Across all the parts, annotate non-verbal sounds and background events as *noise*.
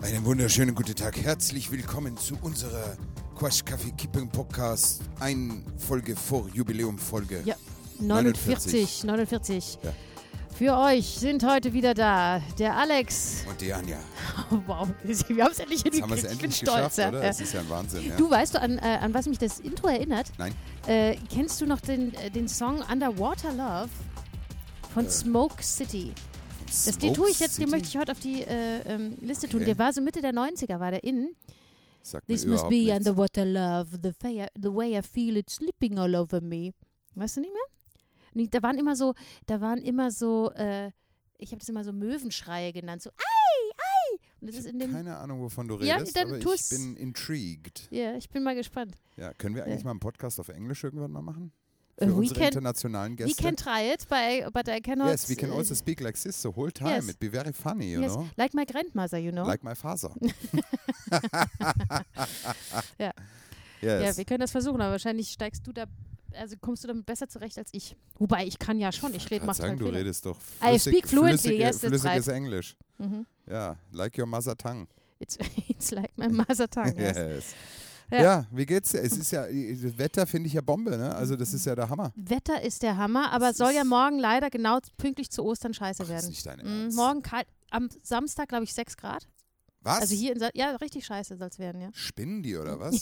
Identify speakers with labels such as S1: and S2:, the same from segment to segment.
S1: Einen wunderschönen guten Tag. Herzlich willkommen zu unserer Quash Kaffee Kippen Podcast. Ein Folge vor Jubiläum Folge.
S2: Ja, 49, 49.
S1: Ja.
S2: Für euch sind heute wieder da der Alex. *laughs*
S1: Und die Anja.
S2: Oh, wow, wir haben es endlich
S1: Jetzt haben wir es
S2: hingekriegt. Ich bin
S1: endlich geschafft,
S2: stolz. ja.
S1: oder?
S2: Ja.
S1: Das ist ja ein Wahnsinn. Ja.
S2: Du weißt du, an, äh, an was mich das Intro erinnert?
S1: Nein.
S2: Äh, kennst du noch den, äh, den Song Underwater Love von Smoke City? Das, den tue ich jetzt, den möchte ich heute auf die äh, ähm, Liste tun.
S1: Okay.
S2: Der war so Mitte der 90er, war der in.
S1: Sagt mir
S2: This must
S1: überhaupt
S2: be
S1: nichts.
S2: underwater love, the, fire, the way I feel it slipping all over me. Weißt du nicht mehr? Nee, da waren immer so, da waren immer so, äh, ich habe das immer so Möwenschreie genannt, so ei, ei. Und das ist in dem,
S1: Keine Ahnung, wovon du
S2: Ja,
S1: redest,
S2: dann
S1: aber ich
S2: tu's.
S1: bin intrigued.
S2: ja, ich bin mal gespannt.
S1: Ja, können wir eigentlich
S2: Ja.
S1: mal einen Podcast auf Englisch irgendwann mal machen? Für
S2: Äh, we
S1: unsere
S2: can,
S1: internationalen
S2: we
S1: Gäste.
S2: can try it, but, but I cannot.
S1: yes, we can
S2: äh,
S1: also speak like this the whole time.
S2: yes.
S1: It'd be very funny, you
S2: yes,
S1: know?
S2: like my grandmother, you know.
S1: Like my father.
S2: *laughs* Ja. Ja,
S1: Yes.
S2: wir können das versuchen, aber wahrscheinlich steigst du da, also kommst du damit besser zurecht als ich. Wobei, ich kann ja schon, ich rede,
S1: Grad
S2: mach
S1: sagen,
S2: keinen
S1: du
S2: halt Fehler.
S1: redest doch
S2: I
S1: flüssig,
S2: speak fluently,
S1: flüssige,
S2: yes, that's
S1: flüssiges Englisch.
S2: Mhm.
S1: Ja, like your mother tongue.
S2: It's, *laughs* it's like my mother tongue. yes.
S1: Yes. *laughs* Ja.
S2: Ja.
S1: wie geht's dir? Es ist ja, das Wetter finde ich ja Bombe, ne? Also das ist ja der Hammer.
S2: Wetter ist der Hammer, aber
S1: Es
S2: es soll ja
S1: ist-
S2: morgen leider genau pünktlich zu Ostern scheiße
S1: ist
S2: werden.
S1: nicht dein
S2: Mm,
S1: Ernst.
S2: morgen kalt, am Samstag glaube ich 6 Grad.
S1: Was?
S2: Also hier in Sa ja, richtig scheiße soll es
S1: *laughs*
S2: werden, ja.
S1: Spinnen die
S2: *laughs*
S1: oder was?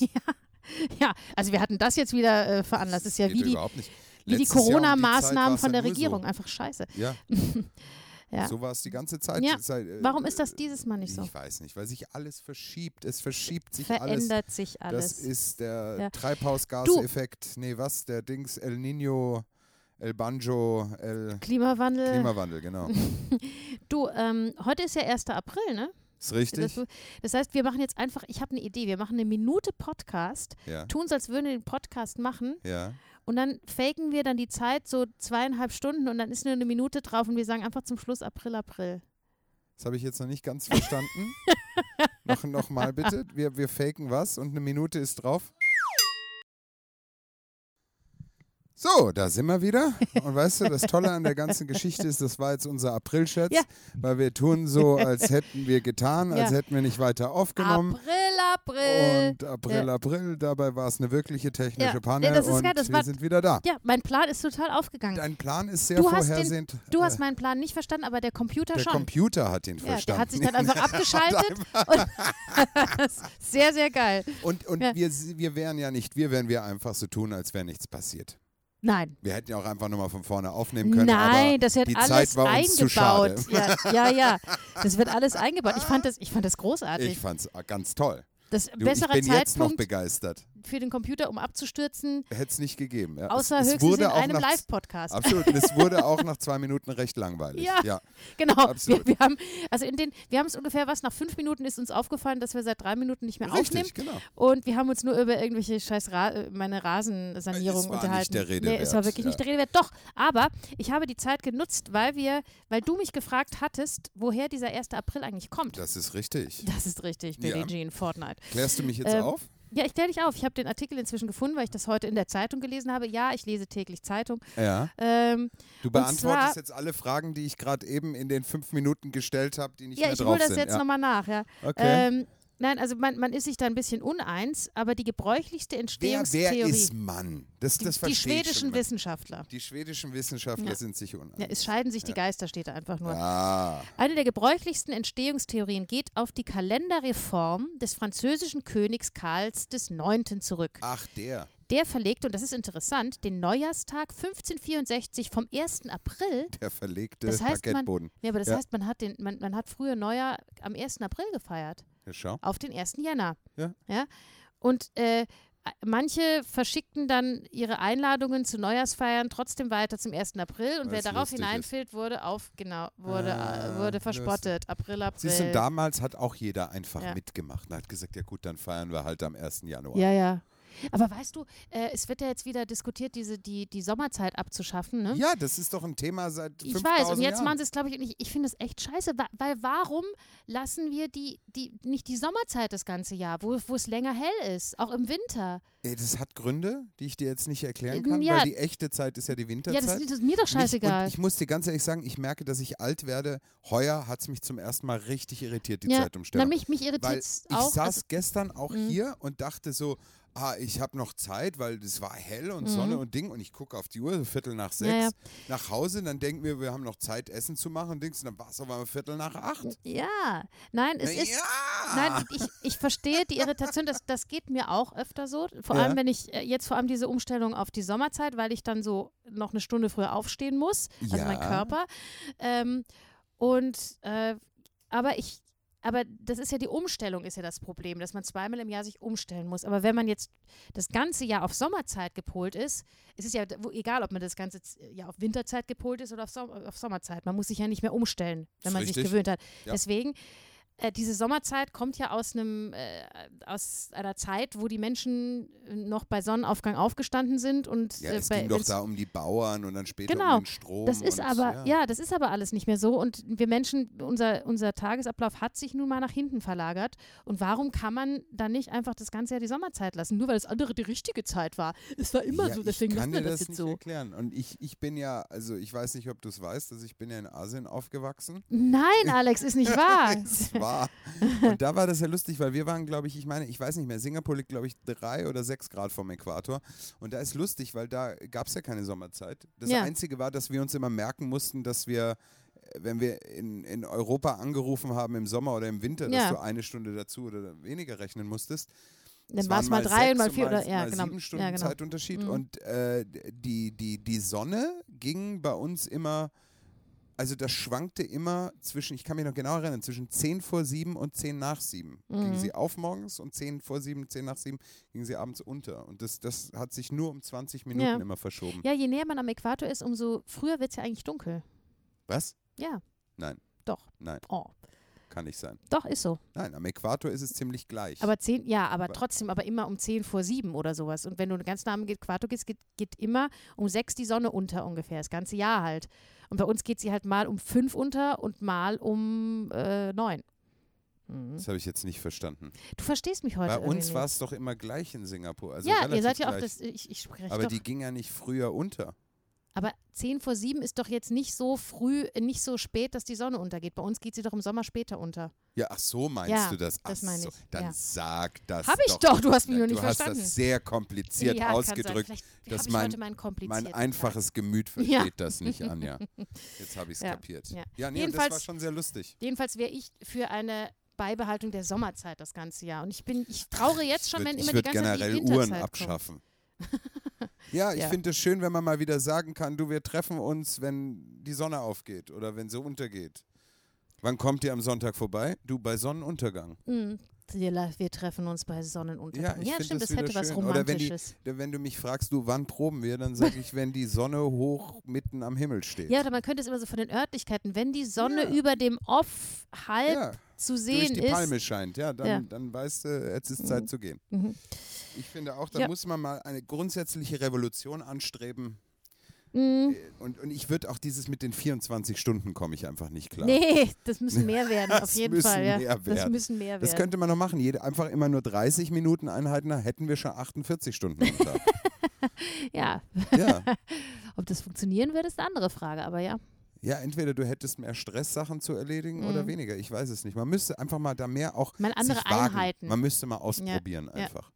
S2: Ja, also wir hatten das jetzt wieder äh, veranlasst. Das ist ja
S1: Geht
S2: wie die,
S1: überhaupt nicht.
S2: wie die
S1: Letztes Jahr um die Zeit
S2: Corona-Maßnahmen
S1: war's
S2: von
S1: ja
S2: der
S1: nur Äh,
S2: Regierung. Einfach scheiße.
S1: So. Ja.
S2: *laughs* Ja.
S1: So war es die ganze Zeit.
S2: Ja.
S1: Die Zeit, äh,
S2: Warum ist das dieses Mal nicht so?
S1: Ich weiß nicht, weil sich alles verschiebt. Es verschiebt sich alles.
S2: Verändert sich
S1: Das
S2: alles.
S1: ist der
S2: Ja.
S1: Treibhausgaseffekt. Nee, was? Der Dings El Nino, El Banjo, El
S2: Klimawandel.
S1: Klimawandel, genau.
S2: Du, ähm, heute ist ja 1. April, ne?
S1: Ist richtig.
S2: *laughs* Das, das heißt, wir machen jetzt einfach, ich habe eine Idee, wir machen eine Minute Podcast,
S1: ja.
S2: tun so, als würden wir den Podcast machen
S1: ja.
S2: Und dann faken wir dann die Zeit so zweieinhalb Stunden und dann ist nur eine Minute drauf und wir sagen einfach zum Schluss April, April.
S1: Das habe ich jetzt noch nicht ganz
S2: *laughs*
S1: verstanden. noch, noch mal bitte. Wir, wir faken was und eine Minute ist drauf. So, da sind wir wieder. Und weißt du, das Tolle an der ganzen Geschichte ist, das war jetzt unser April-Scherz,
S2: Ja.
S1: weil wir tun so, als hätten wir getan, als
S2: Ja.
S1: hätten wir nicht weiter aufgenommen.
S2: April, April.
S1: Genau. Und April, April, dabei war es eine wirkliche technische
S2: Ja,
S1: Panne
S2: nee, das ist
S1: und
S2: geil, das
S1: wir
S2: war-
S1: sind wieder da.
S2: ja, mein Plan ist total aufgegangen.
S1: Dein Plan ist sehr
S2: Du hast den-
S1: vorhersehend.
S2: Du
S1: äh,
S2: hast meinen Plan nicht verstanden, aber der Computer
S1: der
S2: schon.
S1: Computer hat ihn
S2: ja,
S1: verstanden.
S2: der
S1: *laughs*
S2: hat sich dann also einfach abgeschaltet. und *laughs* sehr, sehr geil.
S1: und und
S2: Ja.
S1: wir, wir wären ja nicht wir, wenn wir einfach so tun, als wäre nichts passiert.
S2: Nein.
S1: Wir hätten ja auch einfach nochmal von vorne aufnehmen können. aber
S2: Nein, das wird
S1: die
S2: alles
S1: Zeit war uns zu schade.
S2: eingebaut.
S1: *laughs*
S2: Ja, ja, ja. Das wird alles eingebaut. Ich fand das, ich fand das großartig.
S1: Ich fand's ganz toll.
S2: das
S1: Du, ich
S2: bessere
S1: bin jetzt noch
S2: Zeitpunkt
S1: begeistert.
S2: für den Computer, um abzustürzen,
S1: Hätte es nicht gegeben. Ja.
S2: außer
S1: es, es
S2: höchstens
S1: wurde
S2: in
S1: auch
S2: einem
S1: nach, *laughs*
S2: Live-Podcast.
S1: Absolut. Und es wurde auch nach zwei Minuten recht langweilig.
S2: Ja.
S1: ja.
S2: Genau,
S1: Absolut.
S2: wir, wir haben also in den, wir haben es ungefähr was nach fünf Minuten ist uns aufgefallen, dass wir seit drei Minuten nicht mehr aufnehmen
S1: Richtig, genau.
S2: und wir haben uns nur über irgendwelche scheiß Ra äh, meine Rasensanierung
S1: Es war
S2: unterhalten.
S1: nicht der Rede
S2: nee, es war
S1: wert,
S2: wirklich
S1: ja.
S2: nicht der Rede wert. Doch, aber ich habe die Zeit genutzt, weil wir, weil du mich gefragt hattest, woher dieser 1. April eigentlich kommt.
S1: Das ist richtig.
S2: Das ist richtig,
S1: Ja.
S2: Billie Jean Fortnite.
S1: Klärst du mich jetzt
S2: Ähm,
S1: auf?
S2: Ja, ich kläre dich auf. Ich habe den Artikel inzwischen gefunden, weil ich das heute in der Zeitung gelesen habe. Ja, ich lese täglich Zeitung.
S1: Ja.
S2: Ähm,
S1: Du
S2: zwar-
S1: beantwortest jetzt alle Fragen, die ich gerade eben in den fünf Minuten gestellt habe, die nicht
S2: ja,
S1: mehr
S2: ich
S1: drauf
S2: hole das
S1: sind.
S2: jetzt
S1: ja.
S2: nochmal nach. Ja.
S1: okay.
S2: Ähm, nein, also man, man ist sich da ein bisschen uneins, aber die gebräuchlichste
S1: wer,
S2: Entstehungstheorie,
S1: wer ist Mann? Das, das
S2: die,
S1: verstehe
S2: die
S1: ich schon
S2: schwedischen
S1: mal.
S2: Wissenschaftler,
S1: Die schwedischen Wissenschaftler
S2: Ja.
S1: sind sich uneins.
S2: ja, es scheiden sich die Geister, steht da einfach nur.
S1: ah,
S2: Eine der gebräuchlichsten Entstehungstheorien geht auf die Kalenderreform des französischen Königs Karls IX. zurück.
S1: ach der.
S2: Der verlegte, und das ist interessant, den Neujahrstag 1564 vom 1. April.
S1: Der verlegte
S2: Das heißt, man,
S1: Parkettboden.
S2: ja, aber das
S1: Ja.
S2: heißt, man hat, den, man, man hat früher Neujahr am 1. April gefeiert.
S1: Ja, schau.
S2: auf den 1. Jänner.
S1: Ja.
S2: Und äh, manche verschickten dann ihre Einladungen zu Neujahrsfeiern trotzdem weiter zum 1. April und
S1: Weil
S2: wer
S1: es
S2: darauf
S1: lustig
S2: hineinfällt, wurde auf, genau, wurde,
S1: Ah,
S2: äh, wurde verspottet. April, April.
S1: Siehst du, damals hat auch jeder einfach
S2: Ja.
S1: mitgemacht und hat gesagt, ja gut, dann feiern wir halt am 1. Januar.
S2: ja, ja. Aber weißt du, äh, es wird ja jetzt wieder diskutiert, diese, die, die Sommerzeit abzuschaffen, ne?
S1: Ja, das ist doch ein Thema seit 5000
S2: Ich weiß, und jetzt
S1: Jahren.
S2: machen sie es, glaube ich, nicht. Ich finde das echt scheiße, wa- weil warum lassen wir die, die, nicht die Sommerzeit das ganze Jahr, wo, wo es länger hell ist, auch im Winter?
S1: Ey, das hat Gründe, die ich dir jetzt nicht erklären
S2: Ähm,
S1: kann,
S2: ja.
S1: weil die echte Zeit ist ja die Winterzeit.
S2: ja, das, ist- das ist mir doch
S1: Mich-
S2: scheißegal.
S1: Und ich muss dir ganz ehrlich sagen, ich merke, dass ich alt werde. Heuer hat es mich zum ersten Mal richtig irritiert, die
S2: ja, na,
S1: Zeitumstellung.
S2: mich, mich
S1: um weil
S2: irritiert
S1: ich
S2: es auch.
S1: saß
S2: also,
S1: gestern auch
S2: Mhm.
S1: hier und dachte so, ah, ich habe noch Zeit, weil es war hell und Sonne und Ding und ich gucke auf die Uhr, Viertel nach sechs,
S2: Mhm. Ja, ja.
S1: nach Hause, dann denken wir, wir haben noch Zeit, Essen zu machen und Dings, und dann war es aber Viertel nach acht.
S2: ja, nein, es
S1: Na
S2: ist.
S1: ja!
S2: Nein, ich, ich verstehe die Irritation, das, das geht mir auch öfter so. Vor
S1: Ja.
S2: allem, wenn ich äh, jetzt vor allem diese Umstellung auf die Sommerzeit, weil ich dann so noch eine Stunde früher aufstehen muss, also mein
S1: Ja.
S2: Körper. Ähm, und äh, aber ich, aber das ist ja die Umstellung, ist ja das Problem, dass man zweimal im Jahr sich umstellen muss. Aber wenn man jetzt das ganze Jahr auf Sommerzeit gepolt ist, es ist ja d- wo- egal, ob man das ganze Z- Jahr auf Winterzeit gepolt ist oder auf, Som auf Sommerzeit. Man muss sich ja nicht mehr umstellen, wenn
S1: Ist
S2: man sich
S1: richtig.
S2: gewöhnt hat.
S1: Ja.
S2: Deswegen äh, diese Sommerzeit kommt ja aus einem äh, aus einer Zeit, wo die Menschen äh, noch bei Sonnenaufgang aufgestanden sind und
S1: Ja,
S2: äh,
S1: es
S2: bei,
S1: ging doch
S2: wenn's-
S1: da um die Bauern und dann später
S2: Genau,
S1: um den Strom.
S2: das ist
S1: und,
S2: aber ja. das ist aber alles nicht mehr so und wir Menschen unser unser Tagesablauf hat sich nun mal nach hinten verlagert und warum kann man dann nicht einfach das ganze Jahr die Sommerzeit lassen, nur weil das andere die richtige Zeit war? Es war immer
S1: ja,
S2: so, deswegen
S1: ich
S2: macht
S1: kann
S2: man
S1: dir
S2: das
S1: das
S2: jetzt
S1: nicht
S2: so.
S1: erklären. Und ich, ich bin ja, also ich weiß nicht, ob du es weißt, also ich bin ja in Asien aufgewachsen.
S2: Nein, Alex,
S1: *laughs*
S2: ist nicht wahr.
S1: Es war. Und da war das ja lustig, weil wir waren, glaube ich, ich meine, ich weiß nicht mehr, Singapur liegt, glaube ich, drei oder sechs Grad vom Äquator. Und da ist lustig, weil da gab es ja keine Sommerzeit. Das
S2: Ja.
S1: Einzige war, dass wir uns immer merken mussten, dass wir, äh, wenn wir in, in Europa angerufen haben im Sommer oder im Winter, dass
S2: Ja.
S1: du eine Stunde dazu oder weniger rechnen musstest.
S2: Dann war
S1: waren
S2: es mal drei
S1: sechs
S2: und mal vier oder
S1: s-
S2: ja,
S1: mal
S2: genau.
S1: sieben Stunden
S2: ja, genau.
S1: Zeitunterschied.
S2: Mhm.
S1: Und äh, die, die, die Sonne ging bei uns immer, also das schwankte immer zwischen, ich kann mich noch genau erinnern, zwischen 10 vor 7 und 10 nach 7 ging
S2: Mhm.
S1: sie auf morgens und 10 vor 7, 10 nach 7 ging sie abends unter. Und das, das hat sich nur um 20 Minuten
S2: Ja.
S1: immer verschoben.
S2: Ja, je näher man am Äquator ist, umso früher wird es ja eigentlich dunkel.
S1: Was?
S2: Ja.
S1: Nein.
S2: Doch.
S1: Nein.
S2: Oh,
S1: Kann nicht sein.
S2: doch, ist so.
S1: Nein, am Äquator ist es ziemlich gleich.
S2: Aber zehn, ja, aber
S1: Aber-
S2: trotzdem, aber immer um zehn vor sieben oder sowas. Und wenn du ganz nah am Äquator gehst, geht, geht immer um sechs die Sonne unter ungefähr, das ganze Jahr halt. Und bei uns geht sie halt mal um fünf unter und mal um äh, neun. Mhm.
S1: das habe ich jetzt nicht verstanden.
S2: Du verstehst mich heute.
S1: Bei
S2: irgendwie
S1: uns
S2: nicht.
S1: war es doch immer gleich in Singapur. Also
S2: ja, ihr
S1: relativ
S2: seid ja auch
S1: gleich.
S2: das. Ich, ich spreche
S1: Aber
S2: doch.
S1: die ging ja nicht früher unter.
S2: aber zehn vor sieben ist doch jetzt nicht so früh, äh, nicht so spät, dass die Sonne untergeht. Bei uns geht sie doch im Sommer später unter.
S1: Ja, ach so meinst
S2: Ja,
S1: du das? Ach
S2: das meine
S1: so,
S2: ich,
S1: dann
S2: ja.
S1: sag das
S2: Hab ich
S1: doch.
S2: doch, du hast mich
S1: Na,
S2: nur nicht
S1: du hast
S2: verstanden.
S1: das sehr kompliziert
S2: kann sein.
S1: ausgedrückt.
S2: Vielleicht
S1: dass
S2: hab ich
S1: mein-
S2: heute meinen komplizierten
S1: Mein
S2: Tag.
S1: einfaches Gemüt versteht
S2: Ja.
S1: das nicht,
S2: *laughs*
S1: Anja. Jetzt habe ich es
S2: Ja,
S1: kapiert.
S2: ja.
S1: Ja, nee, und das
S2: Jedenfalls-
S1: war schon sehr lustig.
S2: Jedenfalls wäre ich für eine Beibehaltung der Sommerzeit das ganze Jahr. Und ich bin, ich traure jetzt schon,
S1: ich
S2: wenn
S1: würd-
S2: immer
S1: ich
S2: die
S1: würde
S2: ganze Zeit
S1: generell
S2: die
S1: Uhren
S2: Winterzeit *laughs*
S1: abschaffen. ja, ich
S2: Ja.
S1: finde es schön, wenn man mal wieder sagen kann, du, wir treffen uns, wenn die Sonne aufgeht oder wenn sie untergeht. Wann kommt ihr am Sonntag vorbei? Du, bei Sonnenuntergang.
S2: kommt. Mm, Wir, la- wir treffen uns bei Sonnenuntergang.
S1: ich
S2: Ja,
S1: find
S2: stimmt,
S1: das
S2: das,
S1: wieder
S2: hätte was
S1: schön. Oder wenn die-
S2: Romantisches.
S1: Wenn du mich fragst, du, wann proben wir, dann sage ich, wenn die Sonne hoch mitten am Himmel steht.
S2: Ja, oder man könnte es immer so von den Örtlichkeiten, wenn die
S1: Ja.
S2: Sonne über dem Off halb
S1: Ja,
S2: zu
S1: durch
S2: sehen
S1: die
S2: ist.
S1: Palme scheint, ja, dann,
S2: Ja.
S1: dann weißt du, jetzt ist Zeit zu gehen.
S2: Mhm.
S1: Ich finde auch, da
S2: Ja.
S1: muss man mal eine grundsätzliche Revolution anstreben. Äh,
S2: Mm,
S1: Und, und ich würde auch dieses mit den 24 Stunden komme ich einfach nicht klar.
S2: nee,
S1: *laughs*
S2: das müssen mehr werden,
S1: Das
S2: auf jeden
S1: müssen
S2: Fall. Ja.
S1: mehr
S2: Das
S1: werden.
S2: müssen mehr werden.
S1: Das könnte man noch machen. Jede, einfach immer nur 30 Minuten Einheiten, da hätten wir schon 48 Stunden am Tag.
S2: *laughs* ja,
S1: ja.
S2: ob das funktionieren würde, ist eine andere Frage, aber ja.
S1: ja, entweder du hättest mehr Stresssachen zu erledigen oder weniger. Ich weiß es nicht. Man müsste einfach mal da mehr auch
S2: Mhm. Mal andere
S1: sich wagen.
S2: Einheiten.
S1: Man müsste mal ausprobieren
S2: ja,
S1: einfach.
S2: ja.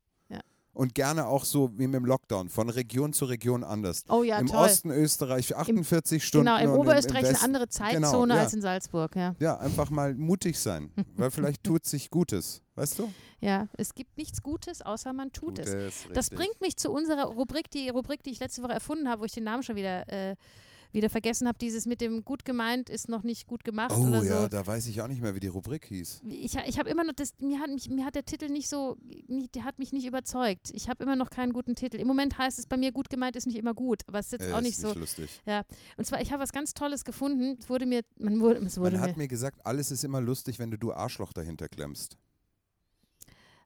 S1: Und gerne auch so wie mit dem Lockdown, von Region zu Region anders.
S2: Oh ja,
S1: Im
S2: toll.
S1: Osten Österreich 48 Stunden.
S2: genau, im
S1: und
S2: Oberösterreich
S1: im, im
S2: eine andere
S1: Westen-
S2: Zeitzone
S1: genau, ja.
S2: als in Salzburg, ja.
S1: Ja, einfach mal mutig sein, weil
S2: *laughs*
S1: vielleicht tut sich Gutes, weißt du?
S2: Ja, es gibt nichts Gutes, außer man tut es. Das
S1: richtig.
S2: bringt mich zu unserer Rubrik, die Rubrik, die ich letzte Woche erfunden habe, wo ich den Namen schon wieder, äh, wieder vergessen habe. Dieses mit dem gut gemeint ist noch nicht gut gemacht
S1: Oh
S2: oder
S1: ja,
S2: so.
S1: da weiß ich auch nicht mehr, wie die Rubrik hieß.
S2: Ich, ha- ich habe immer noch, das, mir, hat mich, mir hat der Titel nicht so, nicht, der hat mich nicht überzeugt. Ich habe immer noch keinen guten Titel. Im Moment heißt es bei mir, gut gemeint ist nicht immer gut, aber es ist jetzt
S1: Äh,
S2: auch
S1: ist
S2: nicht so.
S1: lustig.
S2: Ja, und zwar, ich habe was ganz Tolles gefunden. Es wurde mir, man wurde, es wurde
S1: Man
S2: mir.
S1: hat mir gesagt, alles ist immer lustig, wenn du du Arschloch dahinter klemmst.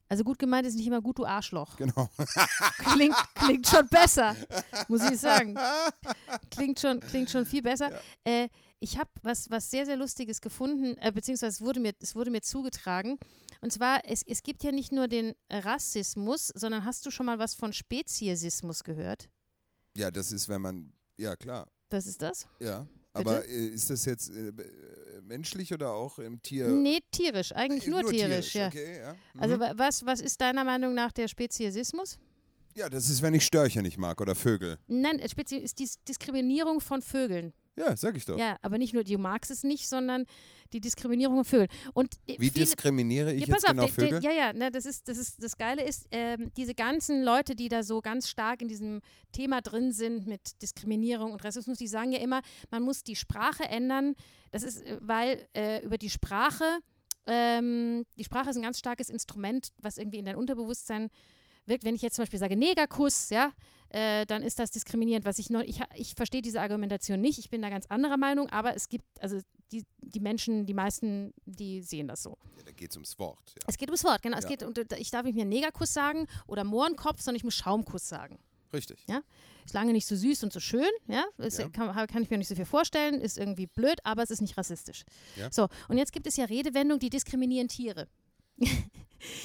S2: Also gut gemeint ist nicht immer gut, du Arschloch.
S1: Genau.
S2: Klingt, klingt schon besser, muss ich sagen. Klingt schon, klingt schon viel besser. Äh, ich habe was, was sehr, sehr Lustiges gefunden, äh, beziehungsweise es wurde, mir, es wurde mir zugetragen. Und zwar, es, es gibt ja nicht nur den Rassismus, sondern hast du schon mal was von Speziesismus gehört?
S1: Ja, das ist, wenn man. Ja, klar.
S2: Was ist das?
S1: Ja. Aber äh, ist das jetzt äh, b- äh, menschlich oder auch im Tier?
S2: Nee, tierisch, eigentlich
S1: Äh,
S2: nur, tierisch, ja.
S1: Okay, ja. Mhm.
S2: Also wa- was, was ist deiner Meinung nach der Speziesismus?
S1: ja, das ist, wenn ich Störche nicht mag oder Vögel.
S2: Nein, äh, Spezi ist die Diskriminierung von Vögeln.
S1: Ja, sag ich doch.
S2: Ja, aber nicht nur du magst es nicht, sondern die Diskriminierung von Vögeln. Und äh,
S1: Wie
S2: viele,
S1: diskriminiere ich
S2: ja, pass
S1: jetzt genau
S2: auf, der- der-
S1: Vögel?
S2: ja, ja, ne, das ist, das ist, das Geile ist, ähm, diese ganzen Leute, die da so ganz stark in diesem Thema drin sind mit Diskriminierung und Rassismus, die sagen ja immer, man muss die Sprache ändern. Das ist, äh, weil äh, über die Sprache, ähm, die Sprache ist ein ganz starkes Instrument, was irgendwie in dein Unterbewusstsein wirkt. Wenn ich jetzt zum Beispiel sage Negerkuss, ja, äh, dann ist das diskriminierend. Was ich noch, ich, ha- ich verstehe diese Argumentation nicht. Ich bin da ganz anderer Meinung, aber es gibt, also die, die Menschen, die meisten, die sehen das so.
S1: Ja, da geht es ums Wort. Ja.
S2: Es geht ums Wort, genau. Es
S1: Ja.
S2: geht, und ich darf nicht mehr Negerkuss sagen oder Mohrenkopf, sondern ich muss Schaumkuss sagen.
S1: Richtig.
S2: Ist lange nicht so süß und so schön, ja. Ist, äh,
S1: Ja.
S2: Kann, kann ich mir nicht so viel vorstellen, ist irgendwie blöd, aber es ist nicht rassistisch.
S1: Ja.
S2: So, und jetzt gibt es ja Redewendungen, die diskriminieren Tiere.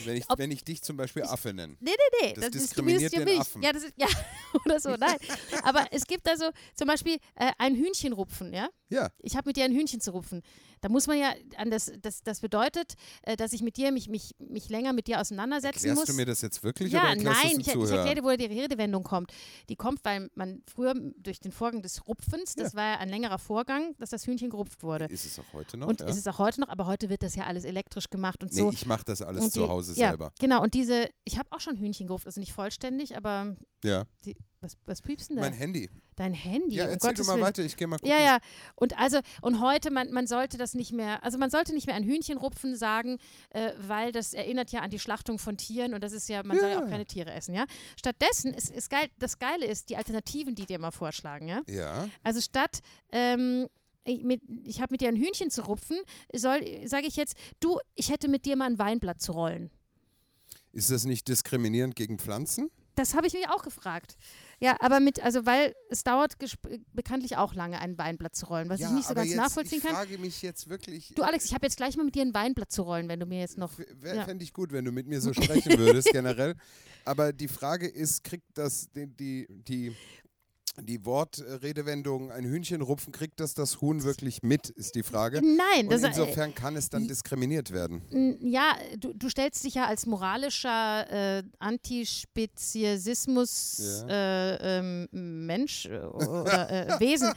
S1: Wenn ich,
S2: Ob-
S1: wenn ich dich zum Beispiel Affe nenne.
S2: Nee, nee, nee.
S1: Das diskriminiert den
S2: mich.
S1: Affen.
S2: Ja, das ist, ja, *laughs* oder so, nein. aber es gibt also zum Beispiel äh, ein Hühnchen rupfen, ja.
S1: Ja,
S2: ich habe mit dir ein Hühnchen zu rupfen. Da muss man ja an das, das, das bedeutet, äh, dass ich mit dir mich, mich, mich länger mit dir auseinandersetzen
S1: klärst
S2: muss.
S1: du mir das jetzt wirklich oder
S2: Ja,
S1: erklärst
S2: nein,
S1: du es
S2: ich, ich
S1: dem Zuhörer?
S2: erkläre dir, woher die Redewendung kommt. Die kommt, weil man früher durch den Vorgang des Rupfens, das war ja ein längerer Vorgang, dass das Hühnchen gerupft wurde.
S1: Ist es auch heute noch?
S2: Und
S1: Genau, ja?
S2: es ist auch heute noch, aber heute wird das ja alles elektrisch gemacht und
S1: nee,
S2: so.
S1: ich mache das alles
S2: und
S1: zu
S2: die-
S1: Hause
S2: ja,
S1: selber.
S2: Genau, und diese, ich habe auch schon Hühnchen gerupft, also nicht vollständig, aber
S1: Ja.
S2: die, was, was piepst denn da?
S1: Mein Handy.
S2: Dein Handy,
S1: Ja,
S2: um
S1: erzähl du
S2: Gottes
S1: mal
S2: Willen.
S1: weiter, ich gehe mal gucken.
S2: Ja, ja. Und also, und heute, man, man sollte das nicht mehr, also man sollte nicht mehr ein Hühnchen rupfen sagen, äh, weil das erinnert ja an die Schlachtung von Tieren und das ist ja, man soll ja
S1: Ja.
S2: auch keine Tiere essen, ja. Stattdessen ist, ist geil, das Geile ist, die Alternativen, die dir mal vorschlagen, ja.
S1: Ja,
S2: Also statt, ähm, ich, mit- ich habe mit dir ein Hühnchen zu rupfen, soll, sage ich jetzt, du, ich hätte mit dir mal ein Weinblatt zu rollen.
S1: ist das nicht diskriminierend gegen Pflanzen?
S2: Das habe ich mich auch gefragt. Ja, aber mit, also weil es dauert gesp- bekanntlich auch lange, ein Weinblatt zu rollen, was
S1: ja,
S2: ich nicht so
S1: aber
S2: ganz
S1: jetzt,
S2: nachvollziehen
S1: ich
S2: kann.
S1: Ich frage mich jetzt wirklich.
S2: Du Alex, ich habe jetzt gleich mal mit dir ein Weinblatt zu rollen, wenn du mir jetzt noch. ja.
S1: Fände ich gut, wenn du mit mir
S2: *laughs*
S1: so sprechen würdest, generell. Aber die Frage ist, kriegt das die, die, die, die Wortredewendung ein Hühnchen rupfen, kriegt das das Huhn wirklich mit, ist die Frage.
S2: Nein,
S1: Und
S2: das
S1: insofern kann es dann diskriminiert werden.
S2: äh, ja, du, du stellst dich ja als moralischer äh, Antispeziesismus äh, ähm, Mensch äh, oder
S1: *laughs*
S2: äh, Wesen,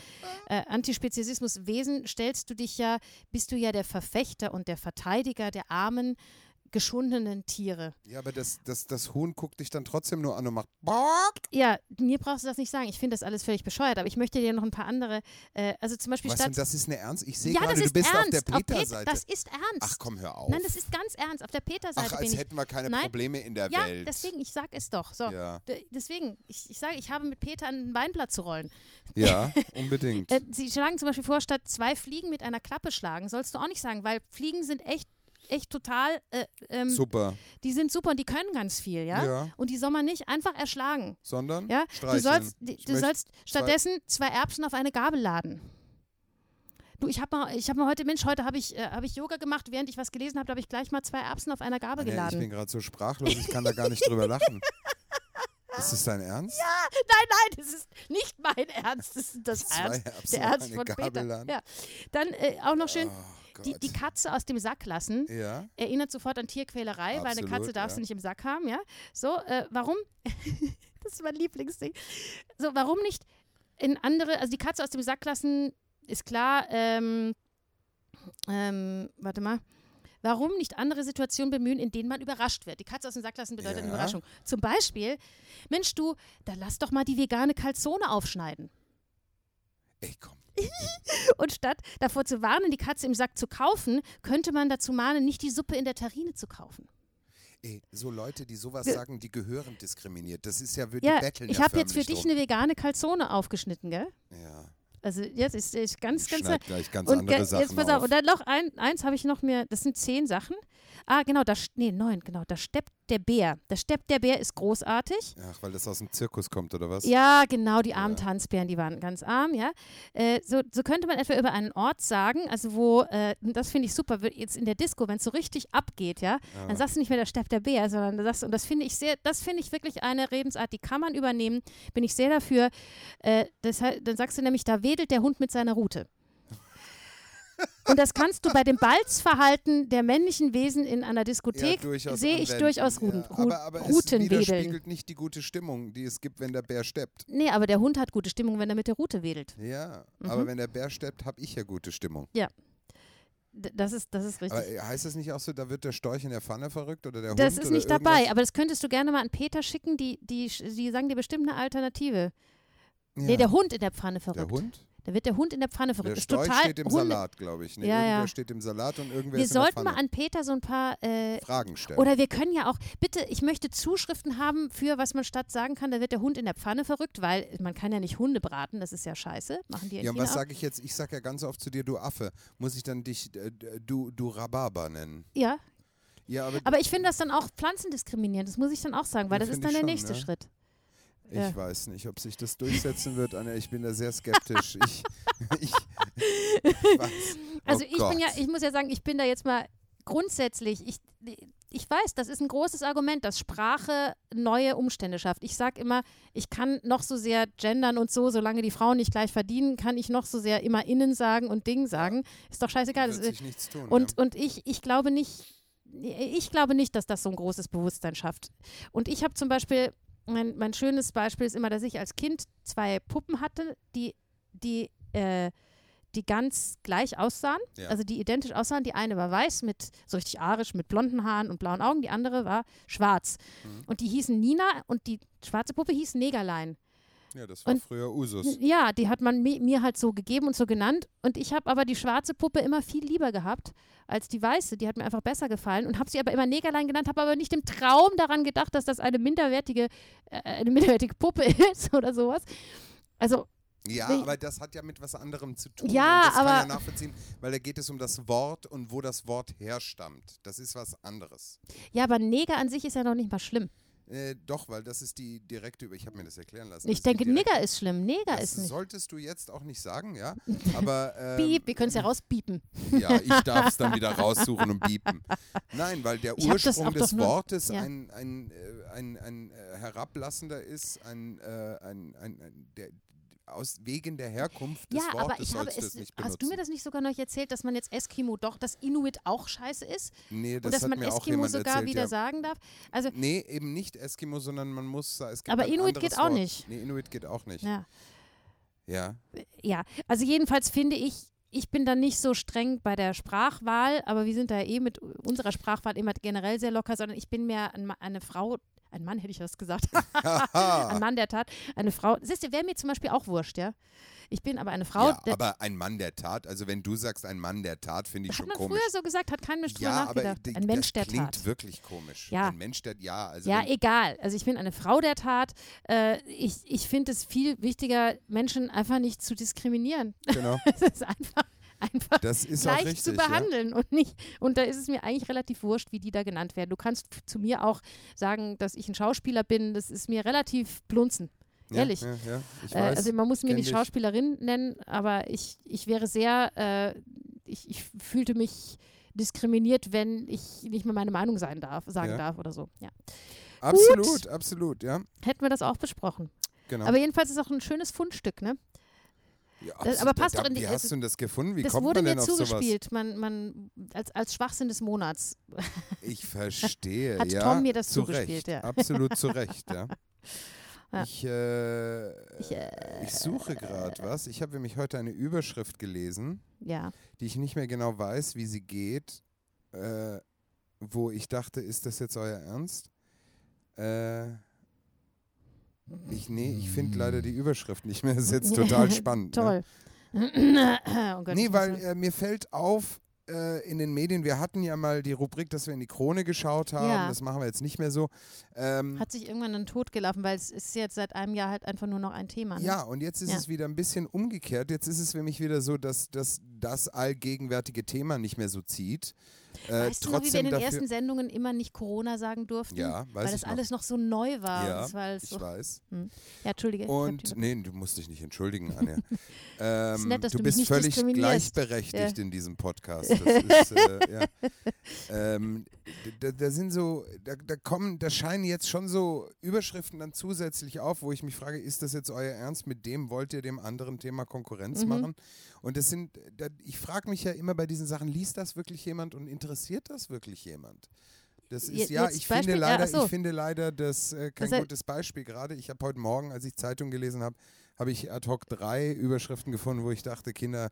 S2: äh, Antispeziesismus Wesen stellst du dich ja, bist du ja der Verfechter und der Verteidiger der armen geschundenen Tiere.
S1: Ja, aber das, das, das Huhn guckt dich dann trotzdem nur an und macht Bock.
S2: Ja, mir brauchst du das nicht sagen. Ich finde das alles völlig bescheuert, aber ich möchte dir noch ein paar andere, äh, also zum Beispiel
S1: Was
S2: statt.
S1: denn, das ist eine Ernst? Ich sehe
S2: ja,
S1: gerade,
S2: das
S1: du
S2: ist
S1: bist
S2: ernst.
S1: auf der
S2: Pet-
S1: Peter-Seite.
S2: Das ist ernst.
S1: Ach komm, hör auf.
S2: Nein, das ist ganz ernst. Auf der
S1: Ach,
S2: Peter-Seite bin
S1: als
S2: ich.
S1: hätten wir keine
S2: Nein.
S1: Probleme in der
S2: Ja,
S1: Welt.
S2: deswegen, ich sag es doch. So.
S1: Ja.
S2: D- Deswegen, ich, ich sage, ich habe mit Peter einen Weinblatt zu rollen.
S1: ja,
S2: *laughs*
S1: unbedingt.
S2: Äh, sie schlagen zum Beispiel vor, statt zwei Fliegen mit einer Klappe schlagen, sollst du auch nicht sagen, weil Fliegen sind echt, echt total, äh, ähm,
S1: Super.
S2: die sind super und die können ganz viel, ja?
S1: Ja.
S2: Und die soll man nicht einfach erschlagen.
S1: Sondern
S2: Ja, du
S1: streicheln.
S2: sollst, die-
S1: Ich
S2: du
S1: möchte-
S2: sollst stattdessen zwei Erbsen auf eine Gabel laden. Du, ich habe mal, ich hab mal heute, Mensch, heute habe ich, äh, hab ich Yoga gemacht, während ich was gelesen habe, da habe ich gleich mal zwei Erbsen auf einer
S1: Ah,
S2: Gabel
S1: Nee, ich
S2: geladen.
S1: bin gerade so sprachlos, ich kann da gar nicht drüber lachen. Ist das dein Ernst? Ja,
S2: Nein, nein, das ist nicht mein Ernst. Das ist das
S1: Zwei
S2: Ernst,
S1: Erbsen
S2: der
S1: auf
S2: Ernst
S1: eine
S2: von
S1: Gabel
S2: Peter.
S1: an.
S2: Ja. Dann äh, auch noch schön,
S1: oh
S2: die,
S1: Gott.
S2: die Katze aus dem Sack lassen.
S1: ja,
S2: Erinnert sofort an Tierquälerei, weil eine
S1: Absolut,
S2: Katze darfst
S1: ja.
S2: du nicht im Sack haben, ja. So, äh, warum? *laughs* das ist mein Lieblingsding. So, warum nicht in andere, also die Katze aus dem Sack lassen, ist klar, ähm, ähm, warte mal. Warum nicht andere Situationen bemühen, in denen man überrascht wird? Die Katze aus dem Sack lassen bedeutet
S1: Ja.
S2: Überraschung. Zum Beispiel, Mensch, du, da lass doch mal die vegane Calzone aufschneiden.
S1: ey komm.
S2: Und statt davor zu warnen, die Katze im Sack zu kaufen, könnte man dazu mahnen, nicht die Suppe in der Terrine zu kaufen.
S1: Ey, so Leute, die sowas
S2: Ja.
S1: sagen, die gehören diskriminiert. Das ist ja, die
S2: Ja,
S1: betteln
S2: ich
S1: ja
S2: habe jetzt für dich
S1: förmlich
S2: eine vegane Calzone aufgeschnitten, gell?
S1: drum. Ja,
S2: Also jetzt ist, ist ganz,
S1: ich
S2: ganz
S1: schneid gleich ganz
S2: und
S1: andere
S2: ge-
S1: Sachen
S2: jetzt pass auf.
S1: auf.
S2: Und dann noch ein, eins habe ich noch mir, das sind zehn Sachen. Ah, genau, da, st- nee, neun, genau, da steppt der Bär. Da steppt der Bär ist großartig.
S1: Ach, weil das aus dem Zirkus kommt, oder was?
S2: Ja, genau, die armen Tanzbären, die waren ganz arm, ja. Äh, so, so könnte man etwa über einen Ort sagen, also wo, äh, und das finde ich super, wird jetzt in der Disco, wenn es so richtig abgeht, ja, dann sagst du nicht mehr, da steppt der Bär, sondern du sagst, und das finde ich sehr, das finde ich wirklich eine Redensart, die kann man übernehmen, bin ich sehr dafür. Äh, das, he- dann sagst du nämlich, da wedelt der Hund mit seiner
S1: *laughs*
S2: Rute. Und das kannst du bei dem Balzverhalten der männlichen Wesen in einer Diskothek,
S1: durchaus
S2: sehe ich
S1: anwenden.
S2: durchaus Ruten,
S1: Ja,
S2: Ru-
S1: aber aber es
S2: Rutenwedeln.
S1: widerspiegelt nicht die gute Stimmung, die es gibt, wenn der Bär steppt.
S2: Nee, aber der Hund hat gute Stimmung, wenn er mit der Rute wedelt.
S1: Ja,
S2: Mhm.
S1: aber wenn der Bär steppt, habe ich ja gute Stimmung.
S2: D- Das ist, das ist richtig.
S1: Aber äh, heißt das nicht auch so, da wird der Storch in der Pfanne verrückt oder der
S2: das
S1: Hund
S2: ist
S1: oder
S2: nicht dabei,
S1: irgendwas?
S2: aber das könntest du gerne mal an Peter schicken, die, die, sch- die sagen dir bestimmt eine Alternative.
S1: Ja.
S2: Nee, der Hund in der Pfanne
S1: Der
S2: verrückt.
S1: Hund?
S2: Da wird der Hund in der Pfanne verrückt.
S1: Der
S2: ist
S1: Storch
S2: total
S1: steht im
S2: Hunde-
S1: Salat, glaube ich. Ne?
S2: Ja, ja.
S1: Irgendwer steht im Salat und irgendwer
S2: Wir
S1: ist in der
S2: sollten
S1: Pfanne.
S2: mal an Peter so ein paar äh,
S1: Fragen stellen.
S2: oder wir können ja auch, bitte, ich möchte Zuschriften haben für, was man statt sagen kann, da wird der Hund in der Pfanne verrückt, weil man kann ja nicht Hunde braten, das ist ja scheiße. Machen die in
S1: ja, und
S2: China
S1: was
S2: auch.
S1: sage ich jetzt? Ich sage ja ganz oft zu dir, du Affe. Muss ich dann dich äh, d- du, du Rhabarber nennen?
S2: Ja,
S1: Ja, aber,
S2: aber ich finde das dann auch pflanzendiskriminierend, das muss ich dann auch sagen, weil
S1: Ja,
S2: das ist
S1: finde
S2: dann
S1: ich
S2: der
S1: schon,
S2: nächste
S1: ne?
S2: Schritt.
S1: ich
S2: ja.
S1: weiß nicht, ob sich das durchsetzen wird, Anja. Ich bin da sehr skeptisch. ich, *laughs*
S2: *laughs*
S1: ich, ich weiß.
S2: Also
S1: oh
S2: ich
S1: Gott.
S2: bin ja, ich muss ja sagen, ich bin da jetzt mal grundsätzlich, ich, ich weiß, das ist ein großes Argument, dass Sprache neue Umstände schafft. Ich sage immer, ich kann noch so sehr gendern und so, solange die Frauen nicht gleich verdienen, kann ich noch so sehr immer innen sagen und Ding sagen. Ist doch scheißegal. Das, äh,
S1: wird sich nichts tun.
S2: und
S1: ja.
S2: und ich, ich glaube nicht, ich glaube nicht, dass das so ein großes Bewusstsein schafft. Und ich habe zum Beispiel, mein, mein schönes Beispiel ist immer, dass ich als Kind zwei Puppen hatte, die, die, äh, die ganz gleich aussahen,
S1: Ja.
S2: also die identisch aussahen. Die eine war weiß mit so richtig arisch mit blonden Haaren und blauen Augen, die andere war schwarz.
S1: Mhm.
S2: Und die hießen Nina und die schwarze Puppe hieß Negerlein.
S1: ja, das war
S2: und-
S1: früher Usus.
S2: Ja, die hat man mi mir halt so gegeben und so genannt. Und ich habe aber die schwarze Puppe immer viel lieber gehabt als die weiße. Die hat mir einfach besser gefallen und habe sie aber immer Negerlein genannt, habe aber nicht im Traum daran gedacht, dass das eine minderwertige, äh, eine minderwertige Puppe *laughs* ist oder sowas. Also,
S1: Ja,
S2: Nee.
S1: aber das hat ja mit was anderem zu tun.
S2: Ja,
S1: und das kann
S2: aber-
S1: ja nachvollziehen, weil da geht es um das Wort und wo das Wort herstammt. Das ist was anderes.
S2: ja, aber Neger an sich ist ja noch nicht mal schlimm.
S1: Äh, doch, weil das ist die direkte Über. Ich habe mir das erklären lassen.
S2: Ich
S1: das ist die
S2: denke,
S1: direkte-
S2: Nigger ist schlimm. Neger
S1: Das
S2: ist nicht.
S1: solltest du jetzt auch nicht sagen,
S2: *laughs*
S1: ja. Aber ähm,
S2: Piep, wir können es ja rausbiepen.
S1: ja, ich darf es dann wieder raussuchen und biepen. Nein, weil der
S2: Ich hab das
S1: Ursprung
S2: auch
S1: des
S2: doch nur-
S1: Wortes
S2: ja.
S1: ein, ein, äh, ein, ein äh, herablassender ist, ein, äh, ein, ein, ein der, aus wegen der Herkunft des
S2: Ja,
S1: Wortes
S2: aber ich habe
S1: sollst du
S2: es.
S1: es nicht benutzen.
S2: Hast du mir das nicht sogar noch erzählt, dass man jetzt Eskimo doch, dass Inuit auch scheiße ist?
S1: nee, das
S2: und dass
S1: hat
S2: man
S1: mir auch
S2: Eskimo
S1: jemand
S2: sogar
S1: erzählt,
S2: wieder
S1: ja.
S2: sagen darf? Also,
S1: Nee, eben nicht Eskimo, sondern man muss. Es gibt
S2: Aber
S1: ein
S2: Inuit
S1: anderes
S2: geht auch
S1: Wort.
S2: nicht.
S1: Nee, Inuit geht auch nicht.
S2: ja. *laughs*
S1: Ja. *laughs*
S2: ja, also jedenfalls finde ich, ich bin da nicht so streng bei der Sprachwahl, aber wir sind da eh mit unserer Sprachwahl immer generell sehr locker, sondern ich bin mehr ein Ma- eine Frau, ein Mann hätte ich das gesagt, *laughs* ein Mann der Tat, eine Frau. Siehst du, wäre mir zum Beispiel auch wurscht, ja. Ich bin aber eine Frau,
S1: ja,
S2: der,
S1: aber ein Mann der Tat, also wenn du sagst, ein Mann der Tat, finde ich
S2: hat
S1: schon
S2: man
S1: komisch.
S2: früher so gesagt, hat kein Mensch
S1: ja,
S2: drüber
S1: aber
S2: nachgedacht.
S1: d-
S2: ein
S1: das
S2: Mensch der
S1: klingt
S2: Tat.
S1: wirklich komisch.
S2: Ja.
S1: Ein Mensch der ja, also
S2: Ja,
S1: wenn-
S2: egal. Also ich bin eine Frau der Tat. Äh, ich ich finde es viel wichtiger, Menschen einfach nicht zu diskriminieren. *laughs*
S1: genau.
S2: es ist einfach, einfach
S1: Das ist auch
S2: gleich
S1: richtig.
S2: zu behandeln und nicht und da ist es mir eigentlich relativ wurscht, wie die da genannt werden. Du kannst f- zu mir auch sagen, dass ich ein Schauspieler bin, das ist mir relativ blunzen.
S1: ja.
S2: Ehrlich.
S1: Ja, ja, ich
S2: Äh,
S1: weiß.
S2: also man muss mir
S1: kenn
S2: nicht
S1: dich.
S2: Schauspielerin nennen, aber ich, ich wäre sehr, äh, ich, ich fühlte mich diskriminiert, wenn ich nicht mehr meine Meinung sein darf, sagen
S1: Ja.
S2: darf oder so. Ja.
S1: absolut, absolut, ja.
S2: Hätten wir das auch besprochen.
S1: Genau.
S2: Aber jedenfalls ist auch ein schönes Fundstück, ne?
S1: ja,
S2: das-
S1: absolut.
S2: aber passt
S1: da,
S2: doch in die- also
S1: Wie hast du denn das gefunden? Wie
S2: das
S1: kommt
S2: wurde
S1: man denn
S2: mir
S1: auf sowas?
S2: zugespielt, man, man, als, als Schwachsinn des Monats. *laughs*
S1: Ich verstehe.
S2: Hat
S1: ja,
S2: Tom mir das
S1: zu
S2: zugespielt,
S1: Recht.
S2: ja.
S1: Absolut zu Recht,
S2: *laughs*
S1: ja.
S2: Ja.
S1: Ich, äh,
S2: Ich, äh,
S1: ich suche gerade was. Ich habe nämlich heute eine Überschrift gelesen,
S2: ja.
S1: die ich nicht mehr genau weiß, wie sie geht, äh, wo ich dachte, ist das jetzt euer Ernst? Äh, ich, nee, ich finde leider die Überschrift nicht mehr. Das ist
S2: *laughs*
S1: jetzt total spannend. Ne?
S2: Toll. *clears throat* oh Gott, ich
S1: Nee,
S2: muss
S1: weil
S2: mal-
S1: äh, mir fällt auf äh, in den Medien, wir hatten ja mal die Rubrik, dass wir in die Krone geschaut haben.
S2: Ja.
S1: Das machen wir jetzt nicht mehr so. Ähm,
S2: hat sich irgendwann dann totgelaufen, weil es ist jetzt seit einem Jahr halt einfach nur noch ein Thema. Ne?
S1: Ja, und jetzt ist
S2: Ja.
S1: es wieder ein bisschen umgekehrt. Jetzt ist es für mich wieder so, dass, dass, das allgegenwärtige Thema nicht mehr so zieht. Äh,
S2: Weißt du noch, wie wir
S1: trotzdem
S2: in den
S1: dafür.
S2: ersten Sendungen immer nicht Corona sagen durften?
S1: Ja, weiß
S2: Weil das
S1: ich noch.
S2: alles noch so neu war.
S1: Ja,
S2: das war alles
S1: ich
S2: so,
S1: weiß.
S2: ja, Entschuldige. ich hab dich
S1: Und nee, du musst dich nicht
S2: *laughs*
S1: entschuldigen, Anja. ähm,
S2: nett, dass
S1: du,
S2: du mich
S1: bist
S2: nicht
S1: völlig
S2: diskriminierst.
S1: gleichberechtigt in diesem
S2: *laughs*
S1: Podcast. Das ist, äh, ja. ähm, da, da sind so, da, da kommen, da scheinen jetzt schon so Überschriften dann zusätzlich auf, wo ich mich frage, ist das jetzt euer Ernst? Mit dem wollt ihr dem anderen Thema Konkurrenz
S2: Mhm.
S1: machen? Und das sind, da, ich frage mich ja immer bei diesen Sachen, liest das wirklich jemand und interessiert das wirklich jemand? Das
S2: Je-
S1: ist ja,
S2: jetzt
S1: ich
S2: Beispiel?
S1: finde,
S2: Ja,
S1: leider,
S2: ach so.
S1: ich finde leider das äh, kein
S2: Das heißt-
S1: gutes Beispiel gerade. Ich habe heute Morgen, als ich Zeitung gelesen habe, habe ich ad hoc drei Überschriften gefunden, wo ich dachte, Kinder,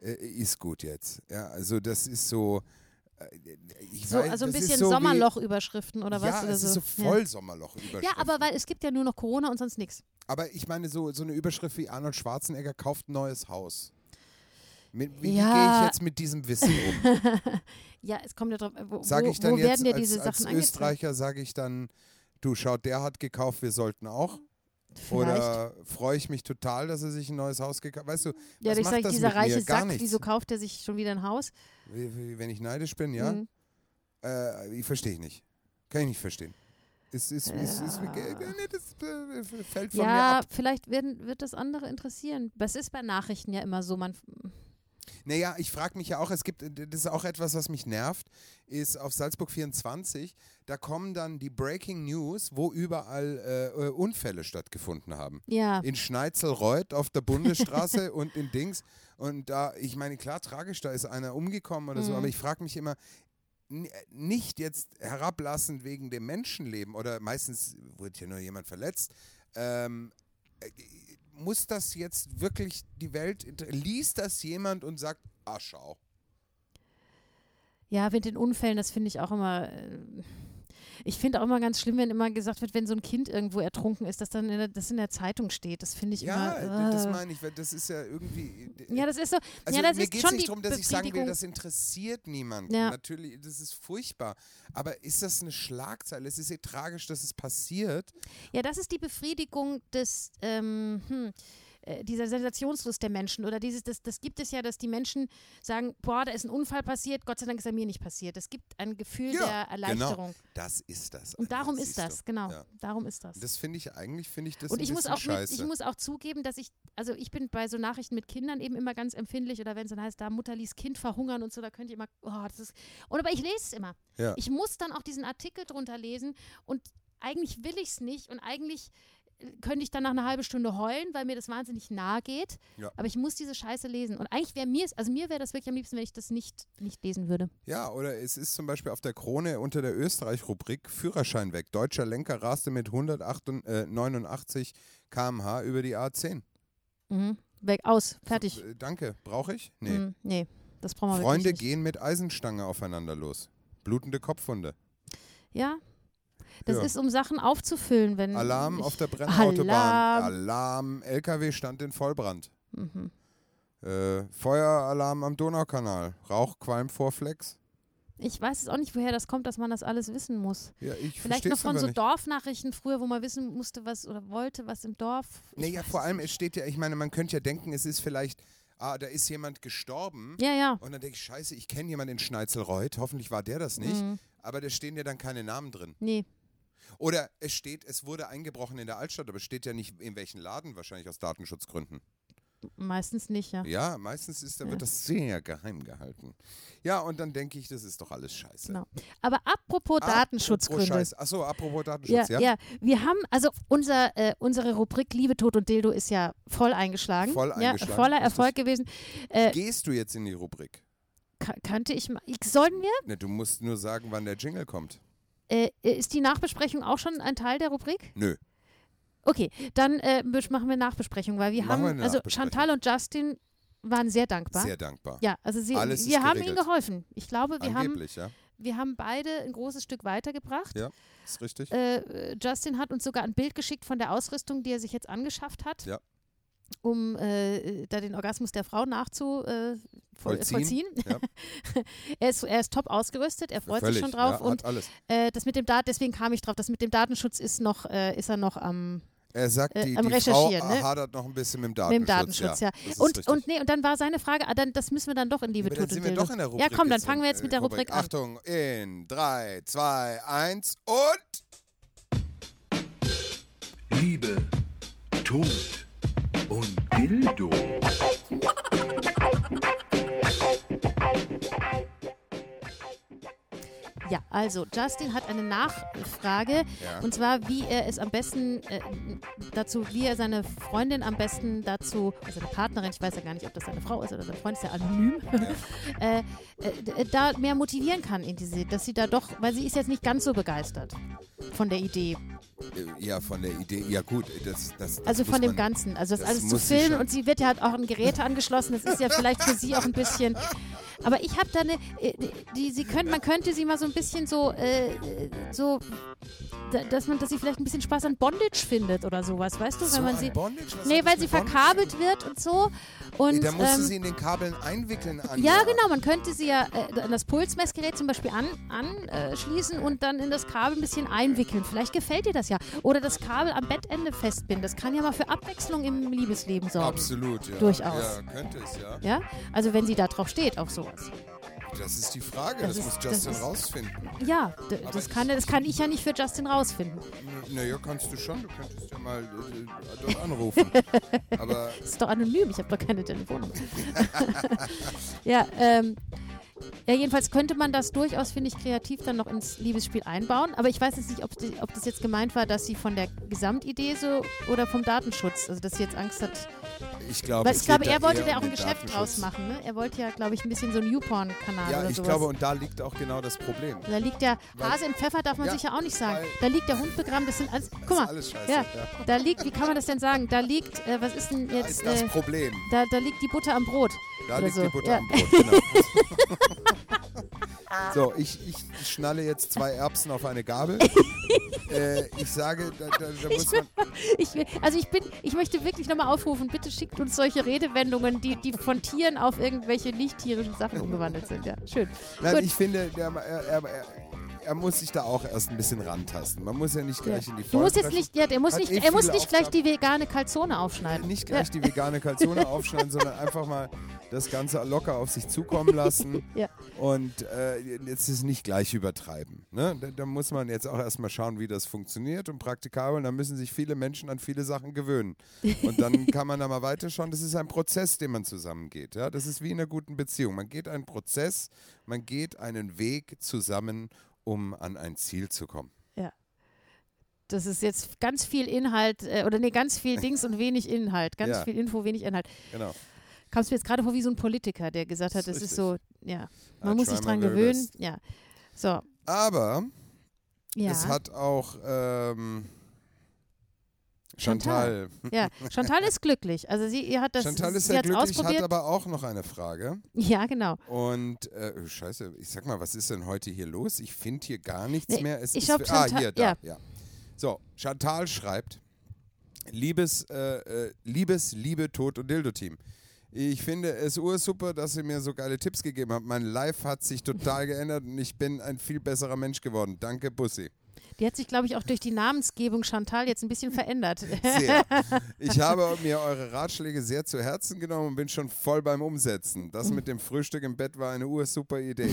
S1: äh, ist gut jetzt. Ja, also das ist so. äh, Ich
S2: so,
S1: weiß,
S2: also ein
S1: das ist
S2: bisschen
S1: so wie-
S2: Sommerloch-Überschriften oder was?
S1: Ja,
S2: oder
S1: es
S2: so.
S1: ist so voll Sommerloch
S2: ja.
S1: überschrift.
S2: ja, aber weil es gibt ja nur noch Corona und sonst nichts.
S1: aber ich meine, so, so eine Überschrift wie Arnold Schwarzenegger kauft ein neues Haus. Mit, wie gehe
S2: Ja.
S1: ich jetzt mit diesem Wissen
S2: *laughs*
S1: um?
S2: Ja, es kommt ja drauf. äh, Wo,
S1: Sage
S2: wo,
S1: ich dann
S2: wo
S1: jetzt
S2: werden dir
S1: als,
S2: diese
S1: als
S2: Sachen angezeigt?
S1: Österreicher, sage ich dann, du schaut, der hat gekauft, wir sollten auch.
S2: Vielleicht.
S1: Oder freue ich mich total, dass er sich ein neues Haus gekauft hat. Weißt du,
S2: Ja,
S1: was
S2: ich
S1: macht
S2: sage,
S1: das
S2: dieser
S1: mit mir?
S2: reiche
S1: Gar
S2: Sack,
S1: nichts.
S2: wieso kauft er sich schon wieder ein Haus?
S1: wie- wie- wenn ich neidisch bin, ja,
S2: Mhm.
S1: äh, ich verstehe ich nicht. Kann ich nicht verstehen. Es ist, es ist,
S2: Ja.
S1: äh, nee, das äh, fällt von mir
S2: Ja,
S1: ab.
S2: vielleicht werden, wird das andere interessieren. Das ist bei Nachrichten ja immer so. Man,
S1: Naja, ich frage mich ja auch, es gibt, äh, das ist auch etwas, was mich nervt, ist auf Salzburg 24, da kommen dann die Breaking News, wo überall äh, äh, Unfälle stattgefunden haben.
S2: ja,
S1: in Schneizelreuth auf der Bundesstraße *laughs* und in Dings. Und da, ich meine, klar, tragisch, da ist einer umgekommen oder so,
S2: Mhm.
S1: aber ich frage mich immer, n- äh, nicht jetzt herablassend wegen dem Menschenleben oder meistens wurde hier nur jemand verletzt. Ähm, äh, muss das jetzt wirklich die Welt, inter- liest das jemand und sagt, ah, schau.
S2: ja, mit den Unfällen, das finde ich auch immer. äh, Ich finde auch immer ganz schlimm, wenn immer gesagt wird, wenn so ein Kind irgendwo ertrunken ist, dass dann in der, das in der Zeitung steht. Das finde ich
S1: Ja,
S2: immer.
S1: d- das
S2: äh.
S1: meine ich, weil das ist ja irgendwie. d-
S2: ja, das ist so.
S1: Also
S2: ja, das
S1: mir
S2: ist
S1: geht es
S2: schon
S1: nicht
S2: die
S1: darum, dass ich sagen will,
S2: Befriedigung.
S1: das interessiert niemanden.
S2: Ja.
S1: Natürlich, das ist furchtbar. Aber ist das eine Schlagzeile? Es ist eh tragisch, dass es passiert.
S2: Ja, das ist die Befriedigung des, ähm, hm, äh, dieser Sensationslust der Menschen. Oder dieses, das, das gibt es ja, dass die Menschen sagen, boah, da ist ein Unfall passiert, Gott sei Dank ist er mir nicht passiert. Es gibt ein Gefühl
S1: Ja,
S2: der Erleichterung.
S1: Das ist das.
S2: Und darum
S1: einfach,
S2: ist
S1: siehst du.
S2: das, genau.
S1: Ja.
S2: Darum ist das.
S1: Das finde ich eigentlich, finde ich das
S2: und
S1: ein
S2: ich muss,
S1: bisschen
S2: auch mit,
S1: scheiße.
S2: ich muss auch zugeben, dass ich, also ich bin bei so Nachrichten mit Kindern eben immer ganz empfindlich oder wenn es dann heißt, da Mutter ließ Kind verhungern und so, da könnte ich immer, oh, das ist, und aber ich lese es immer.
S1: Ja.
S2: Ich muss dann auch diesen Artikel drunter lesen und eigentlich will ich es nicht und eigentlich äh, könnte ich dann nach einer halben Stunde heulen, weil mir das wahnsinnig nahe geht,
S1: Ja.
S2: aber ich muss diese Scheiße lesen und eigentlich wäre mir, es- also mir wäre das wirklich am liebsten, wenn ich das nicht, nicht lesen würde.
S1: ja, oder es ist zum Beispiel auf der Krone unter der Österreich-Rubrik Führerschein weg. Deutscher Lenker raste mit äh, 189 km/h über die A10.
S2: Mhm. Weg, aus, fertig.
S1: Äh, Danke. Brauche ich? Nee.
S2: Mhm. nee das brauchen wir wirklich
S1: Freunde
S2: nicht.
S1: gehen mit Eisenstange aufeinander los. Blutende Kopfwunde.
S2: Ja. Das
S1: Ja.
S2: ist, um Sachen aufzufüllen, wenn.
S1: Alarm
S2: ich,
S1: auf der Brennautobahn.
S2: Alarm.
S1: Alarm. LKW stand in Vollbrand.
S2: Mhm.
S1: Äh, Feueralarm am Donaukanal. Rauch, Qualm, Vorflex.
S2: Ich weiß es auch nicht, woher das kommt, dass man das alles wissen muss.
S1: Ja, ich
S2: Vielleicht
S1: versteh's
S2: noch von
S1: aber
S2: so
S1: nicht.
S2: Dorfnachrichten früher, wo man wissen musste, was oder wollte, was im Dorf. Ich
S1: Naja,
S2: weiß
S1: vor
S2: es
S1: allem,
S2: nicht.
S1: es steht ja, ich meine, man könnte ja denken, es ist vielleicht, ah, da ist jemand gestorben.
S2: Ja, ja.
S1: Und dann denke ich, scheiße, ich kenne jemanden in Schneizelreuth, hoffentlich war der das nicht.
S2: Mhm.
S1: Aber da stehen ja dann keine Namen drin.
S2: Nee.
S1: Oder es steht, es wurde eingebrochen in der Altstadt, aber es steht ja nicht, in welchen Laden, wahrscheinlich aus Datenschutzgründen.
S2: Meistens nicht, ja.
S1: Ja, meistens ist, da
S2: Ja.
S1: wird das sehr geheim gehalten. Ja, und dann denke ich, das ist doch alles scheiße.
S2: Genau. Aber apropos
S1: Ah, Apropos
S2: Datenschutzgründe.
S1: Scheiß. Achso, apropos Datenschutz, ja?
S2: ja, wir haben, also unser, äh, unsere Rubrik Liebe, Tod und Dildo ist ja voll eingeschlagen.
S1: Voll
S2: Ja,
S1: eingeschlagen,
S2: voller
S1: richtig.
S2: Erfolg gewesen. Äh,
S1: Gehst du jetzt in die Rubrik?
S2: ka- kannte ich, mal- sollen wir?
S1: Ne, du musst nur sagen, wann der Jingle kommt.
S2: Äh, ist die Nachbesprechung auch schon ein Teil der Rubrik?
S1: Nö.
S2: Okay, dann äh, besch- machen wir Nachbesprechung, weil wir
S1: Machen wir
S2: haben,
S1: eine
S2: also
S1: Nachbesprechung.
S2: Chantal und Justin waren sehr dankbar.
S1: Sehr dankbar.
S2: ja, also sie,
S1: Alles ist
S2: wir haben ihnen
S1: geregelt.
S2: geholfen. Ich glaube, wir haben,
S1: Angeblich, ja.
S2: wir haben beide ein großes Stück weitergebracht.
S1: Ja. Ist richtig.
S2: Äh, Justin hat uns sogar ein Bild geschickt von der Ausrüstung, die er sich jetzt angeschafft hat,
S1: Ja.
S2: um äh, da den Orgasmus der Frau nachzu äh, voll-
S1: Vollziehen. Ja.
S2: *laughs* er, ist, er ist top ausgerüstet, er freut
S1: Völlig,
S2: sich schon drauf
S1: ja,
S2: und
S1: hat alles.
S2: äh, das mit dem Dat deswegen kam ich drauf, das mit dem Datenschutz ist noch, äh, ist er noch am
S1: Er sagt,
S2: Äh,
S1: die,
S2: am
S1: die Frau
S2: Recherchieren, ne?
S1: hadert noch ein bisschen mit dem
S2: Mit dem
S1: Datenschutz.
S2: Datenschutz, ja.
S1: Das ist
S2: Und,
S1: richtig.
S2: und, nee, und dann war seine Frage, ah, dann, das müssen wir dann doch in Liebe
S1: Aber dann
S2: tut
S1: sind
S2: und
S1: wir
S2: Dildos.
S1: doch in der Rubrik.
S2: Ja, komm, dann fangen wir jetzt mit der
S1: äh,
S2: Rubrik an.
S1: Achtung, in 3, 2, 1 und...
S3: Liebe, Tod und Dildo.
S2: Ja, also Justin hat eine Nachfrage
S1: Ja.
S2: und zwar, wie er es am besten äh, dazu, wie er seine Freundin am besten dazu, also seine Partnerin, ich weiß ja gar nicht, ob das seine Frau ist oder sein Freund ist ja anonym, *laughs* äh, äh, d- da mehr motivieren kann in diese, dass sie da doch, weil sie ist jetzt nicht ganz so begeistert von der Idee,
S1: Äh, Ja, von der Idee, ja gut, das, das, das
S2: also
S1: muss
S2: von dem
S1: man-
S2: Ganzen, also das,
S1: das
S2: alles zu
S1: muss sie
S2: filmen
S1: schon.
S2: und sie wird ja halt auch an Geräte angeschlossen, das ist ja vielleicht für sie auch ein bisschen... Aber ich habe da eine, äh, die, sie könnte, man könnte sie mal so ein bisschen so, äh, äh, so, da- dass man, dass sie vielleicht ein bisschen Spaß an Bondage findet oder sowas, weißt du,
S1: So
S2: wenn man
S1: ein
S2: sie,
S1: Bondage, was
S2: nee,
S1: hat das
S2: weil sie
S1: mit Bondage?
S2: verkabelt wird und so und
S1: Ey, da musst du
S2: ähm,
S1: sie in den Kabeln einwickeln. Anja.
S2: ja, genau. Man könnte sie ja äh, an das Pulsmessgerät zum Beispiel an, anschließen und dann in das Kabel ein bisschen einwickeln. Vielleicht gefällt dir das ja. Oder das Kabel am Bettende festbinden. Das kann ja mal für Abwechslung im Liebesleben sorgen.
S1: Absolut, ja.
S2: Durchaus.
S1: Ja, könnte es, ja.
S2: Ja? Also wenn sie da drauf steht, auf sowas.
S1: Das ist die Frage, das,
S2: Das ist-
S1: muss
S2: das
S1: Justin
S2: ist-
S1: rausfinden.
S2: Ja, d-
S1: Aber
S2: das
S1: ich-
S2: kann, das kann ich ja nicht für Justin rausfinden.
S1: Naja, kannst du schon, du könntest ja mal äh, dort anrufen.
S2: *laughs*
S1: Aber
S2: Das ist doch anonym, ich habe doch keine Telefonnummer. *laughs* ja, ähm, ja, jedenfalls könnte man das durchaus, finde ich, kreativ dann noch ins Liebesspiel einbauen. Aber ich weiß jetzt nicht, ob, die, ob das jetzt gemeint war, dass sie von der Gesamtidee so oder vom Datenschutz, also dass sie jetzt Angst hat.
S1: ich glaube,
S2: Weil
S1: es
S2: ich glaube,
S1: geht
S2: er
S1: da
S2: wollte
S1: eher
S2: da
S1: um
S2: auch ein
S1: den
S2: Geschäft draus
S1: Datenschutz.
S2: machen. Ne? Er wollte ja, glaube ich, ein bisschen so einen YouPorn-Kanal
S1: Ja,
S2: oder
S1: ich
S2: sowas.
S1: glaube, und da liegt auch genau das Problem.
S2: da liegt der
S1: Weil-
S2: Hase im Pfeffer, darf man
S1: Ja,
S2: sich ja auch nicht sagen.
S1: weil-
S2: Da liegt der Hund begraben, das sind alles. Guck mal,
S1: alles scheiße,
S2: ja,
S1: ja.
S2: da liegt, wie kann man das denn sagen? Da liegt, äh, was ist denn
S1: Da ist
S2: jetzt.
S1: das
S2: äh,
S1: Problem.
S2: da, da liegt die Butter am Brot.
S1: Da
S2: oder
S1: liegt
S2: so.
S1: die Butter
S2: ja.
S1: am Brot,
S2: *laughs*
S1: genau. so, ich, ich schnalle jetzt zwei Erbsen auf eine
S2: *laughs*
S1: Gabel. äh, ich sage, da, da, da muss man...
S2: *laughs* Ich will, also ich bin, ich möchte wirklich nochmal aufrufen, bitte schickt uns solche Redewendungen, die, die von Tieren auf irgendwelche nicht tierischen Sachen umgewandelt sind. Ja, schön.
S1: Nein,
S2: Gut.
S1: ich finde, der, er, er, er, er muss sich da auch erst ein bisschen rantasten. Man muss ja nicht gleich in die
S2: Du
S1: Vollen
S2: musst jetzt
S1: treffen.
S2: nicht, ja, der muss
S1: Hat
S2: nicht,
S1: eh
S2: er muss
S1: viele
S2: nicht gleich
S1: Aufgaben.
S2: die vegane Kalzone aufschneiden.
S1: Nicht gleich die vegane Kalzone aufschneiden, sondern einfach mal das Ganze locker auf sich zukommen lassen.
S2: Ja.
S1: Und äh, jetzt ist nicht gleich übertreiben. Ne? Da, da muss man jetzt auch erstmal schauen, wie das funktioniert und praktikabel. Und da müssen sich viele Menschen an viele Sachen gewöhnen. Und dann kann man da mal weiterschauen. Das ist ein Prozess, den man zusammengeht. Ja? Das ist wie in einer guten Beziehung. Man geht einen Prozess, man geht einen Weg zusammen, um an ein Ziel zu kommen.
S2: Das ist jetzt ganz viel Inhalt, äh, oder nee, ganz viel Dings und wenig Inhalt. Ganz
S1: Ja.
S2: viel Info, wenig Inhalt.
S1: Genau.
S2: Kamst mir jetzt gerade vor wie so ein Politiker, der gesagt hat,
S1: Ist
S2: das ist
S1: richtig.
S2: so, ja,
S1: I
S2: man muss
S1: try
S2: sich dran
S1: my very
S2: gewöhnen.
S1: best.
S2: Ja. So,
S1: Aber
S2: ja.
S1: es hat auch ähm, Chantal.
S2: ja. Chantal ist glücklich. Also sie ihr hat das
S1: Chantal ist
S2: sie
S1: sehr
S2: hat's
S1: glücklich,
S2: ausprobiert.
S1: hat aber auch noch eine Frage.
S2: ja, genau.
S1: Und, äh, oh, scheiße, ich sag mal, was ist denn heute hier los? Ich finde hier gar nichts
S2: Nee,
S1: mehr. Es
S2: ich
S1: ist
S2: glaub,
S1: für- ah,
S2: Chantal-
S1: hier, da,
S2: ja.
S1: ja. So, Chantal schreibt, liebes, äh, äh, liebes, liebe Tod- und Dildo-Team. Ich finde es ursuper, dass ihr mir so geile Tipps gegeben habt. Mein Life hat sich total geändert und ich bin ein viel besserer Mensch geworden. Danke, Bussi.
S2: Die hat sich, glaube ich, auch durch die Namensgebung Chantal jetzt ein bisschen verändert.
S1: Sehr. Ich habe mir eure Ratschläge sehr zu Herzen genommen und bin schon voll beim Umsetzen. Das mit dem Frühstück im Bett war eine ursuper
S2: *laughs*
S1: Idee.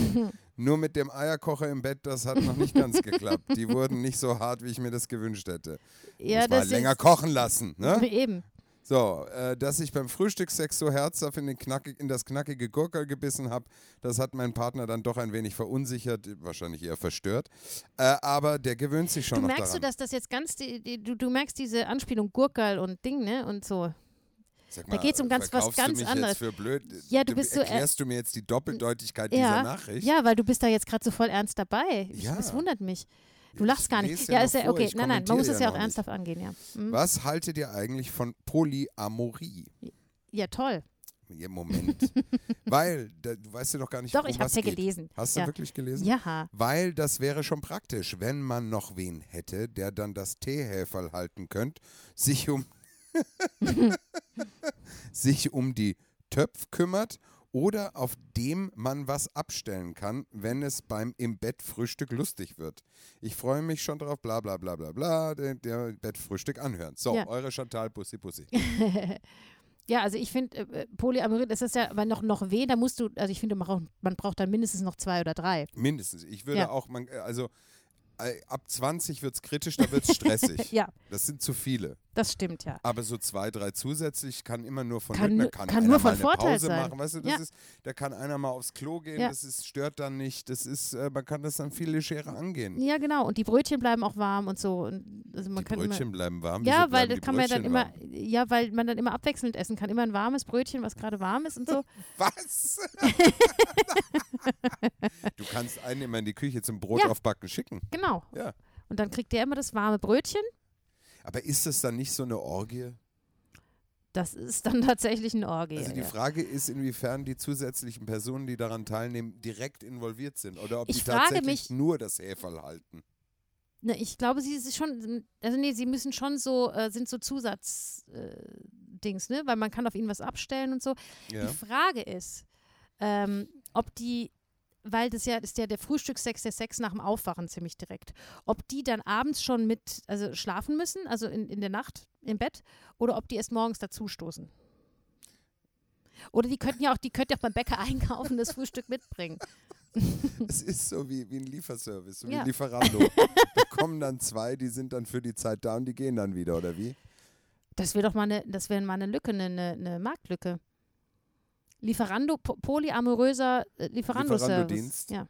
S1: Nur mit dem Eierkocher im Bett, das hat noch nicht ganz geklappt. Die wurden nicht so hart, wie ich mir das gewünscht hätte.
S2: *laughs* ja,
S1: Muss mal
S2: ist-
S1: länger kochen lassen. Ne?
S2: *laughs* Eben.
S1: So, äh, dass ich beim Frühstückssex so herzhaft in, den knackig, in das knackige Gurkel gebissen habe, das hat mein Partner dann doch ein wenig verunsichert, wahrscheinlich eher verstört. Äh, aber der gewöhnt sich schon
S2: Du
S1: noch
S2: merkst du,
S1: daran.
S2: dass das jetzt ganz, die, die, du, du merkst diese Anspielung Gurkel und Ding, ne? Und so.
S1: Sag
S2: Da geht's um ganz- was
S1: verkaufst
S2: ganz
S1: du mich
S2: anderes.
S1: Jetzt für blöd?
S2: Ja, du bist so, äh,
S1: erklärst du mir jetzt die Doppeldeutigkeit dieser
S2: Ja,
S1: Nachricht?
S2: ja, weil du bist da jetzt gerade so voll ernst dabei. Ich,
S1: Ja.
S2: Das wundert mich. Du lachst gar
S1: lese
S2: nicht.
S1: ja
S2: Ja,
S1: noch
S2: ist ja
S1: vor,
S2: okay.
S1: ich
S2: Nein, nein, man muss
S1: kommentiere
S2: es
S1: ja
S2: ja auch
S1: noch nicht.
S2: ernsthaft angehen, ja. Mhm.
S1: Was haltet ihr eigentlich von Polyamorie?
S2: Ja, toll.
S1: Ja,
S2: *laughs*
S1: Moment. Weil, da, du weißt ja doch gar nicht,
S2: Doch,
S1: worum
S2: ich hab's
S1: was
S2: ja
S1: geht.
S2: gelesen.
S1: Hast
S2: ja.
S1: du wirklich gelesen?
S2: Ja.
S1: Weil das wäre schon praktisch, wenn man noch wen hätte, der dann das Teehäferl halten könnte, *laughs* sich um, sich um die Töpf kümmert oder auf dem man was abstellen kann, wenn es beim im Bett Frühstück lustig wird. Ich freue mich schon drauf, bla bla bla bla bla, der, der Bettfrühstück anhören. So,
S2: Ja.
S1: eure Chantal Pussy Pussy.
S2: Ja, also ich finde, äh, Polyamorie, das ist ja aber noch, noch weh, da musst du, also ich finde, man braucht, man braucht dann mindestens noch zwei oder drei.
S1: Mindestens. Ich würde
S2: Ja.
S1: auch, man, also äh, ab 20 wird es kritisch, da wird es stressig.
S2: *laughs* Ja,
S1: Das sind zu viele.
S2: das stimmt ja.
S1: Aber so zwei, drei zusätzlich kann immer nur von
S2: Kann
S1: da
S2: nur- kann
S1: einer
S2: nur
S1: mal
S2: von
S1: eine
S2: Vorteil
S1: Pause
S2: sein.
S1: machen, weißt du, das
S2: Ja.
S1: ist, da kann einer mal aufs Klo gehen,
S2: Ja.
S1: das ist, stört dann nicht, das ist, äh, man kann das dann viel legerer angehen.
S2: Ja, genau. Und die Brötchen bleiben auch warm und so. Und also man
S1: die
S2: kann
S1: Brötchen bleiben warm.
S2: immer, ja,
S1: wieso
S2: weil
S1: bleiben
S2: das
S1: die
S2: kann man ja dann
S1: Brötchen
S2: immer, ja, weil man dann immer abwechselnd essen kann. Immer ein warmes Brötchen, was gerade warm ist
S1: *laughs*
S2: und so.
S1: warm? Was?
S2: *laughs*
S1: du kannst einen immer in die Küche zum Brot
S2: Ja.
S1: aufbacken schicken.
S2: Genau.
S1: Ja.
S2: Und dann kriegt der immer das warme Brötchen.
S1: Aber ist das dann nicht so eine Orgie?
S2: Das ist dann *laughs* tatsächlich ein Orgie.
S1: Also die
S2: ja.
S1: Frage ist, inwiefern die zusätzlichen Personen, die daran teilnehmen, direkt involviert sind oder ob
S2: Ich
S1: die
S2: frage
S1: tatsächlich
S2: mich-
S1: nur das Häferl halten.
S2: Ne, ich glaube, sie ist schon, also nee, sie müssen schon so, äh, sind so Zusatzdings, äh, Dings, ne? Weil man kann auf ihnen was abstellen und so.
S1: Ja.
S2: Die Frage ist, ähm, ob die, weil das ja ist ja der Frühstückssex, der Sex nach dem Aufwachen ziemlich direkt, ob die dann abends schon mit, also schlafen müssen, also in, in der Nacht im Bett, oder ob die erst morgens dazustoßen. Oder die könnten ja auch, die könnten ja auch beim Bäcker *laughs* einkaufen und das Frühstück mitbringen.
S1: Es ist so wie, wie ein Lieferservice, so wie
S2: Ja.
S1: ein
S2: *laughs*
S1: Lieferando. da kommen dann zwei, die sind dann für die Zeit da und die gehen dann wieder, oder wie?
S2: Das wäre doch mal eine, das wäre mal eine Lücke, eine, eine, eine Marktlücke. Lieferando, po, polyamoröser äh, Lieferando-Service.
S1: Lieferando-Dienst.
S2: Ja.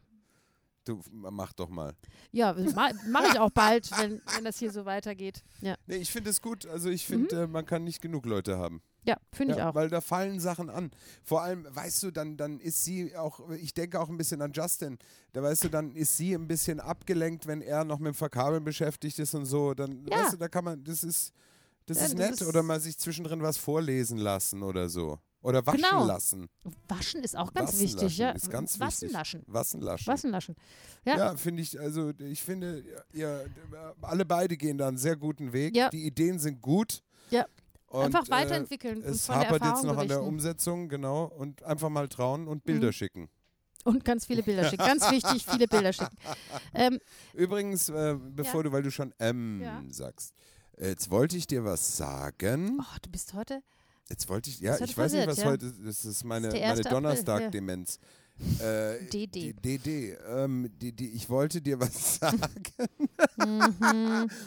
S1: Du, mach doch mal.
S2: Ja, mache mach ich auch bald, wenn, wenn das hier so weitergeht. Ja,
S1: Nee, ich finde es gut. Also ich finde, äh, man kann nicht genug Leute haben.
S2: ja finde Mhm. ich
S1: Ja,
S2: auch.
S1: Weil da fallen Sachen an. Vor allem, weißt du, dann, dann ist sie auch, ich denke auch ein bisschen an Justin. Da weißt du, dann ist sie ein bisschen abgelenkt, wenn er noch mit dem Verkabeln beschäftigt ist und so. Dann,
S2: Ja.
S1: weißt du, da kann man, das ist, das
S2: Ja,
S1: ist
S2: das
S1: nett.
S2: ist-
S1: oder mal sich zwischendrin was vorlesen lassen oder so. Oder waschen
S2: Genau.
S1: lassen.
S2: Waschen ist auch ganz
S1: Wassen
S2: wichtig,
S1: laschen
S2: ja.
S1: Ist ganz
S2: Wassen
S1: wichtig.
S2: laschen.
S1: Wassen laschen.
S2: Wassen laschen.
S1: Ja,
S2: Ja.
S1: finde ich, also ich finde, ja, alle beide gehen da einen sehr guten Weg.
S2: Ja.
S1: Die Ideen sind gut.
S2: Ja.
S1: Und,
S2: Einfach
S1: äh,
S2: weiterentwickeln und
S1: es
S2: von der
S1: hapert jetzt
S2: Erfahrung
S1: noch an der
S2: berichten. Mhm.
S1: Umsetzung, genau. Und einfach mal trauen und Bilder schicken. Um-
S2: Und ganz viele Bilder schicken. Ganz wichtig,
S1: *laughs*
S2: viele Bilder schicken. Ähm,
S1: Übrigens, äh, bevor
S2: Ja.
S1: du, weil du schon ähm
S2: Ja.
S1: sagst, jetzt wollte ich dir was sagen.
S2: oh, du bist heute.
S1: Jetzt wollte ich, ja,
S2: Ist heute
S1: ich weiß nicht,
S2: verwirrt,
S1: was
S2: ja.
S1: heute, das ist meine,
S2: Ist der
S1: meine
S2: 1. April,
S1: Donnerstag-Demenz. Äh, die
S2: DD.
S1: DD. Ähm, die, die, ich wollte dir was *laughs* sagen.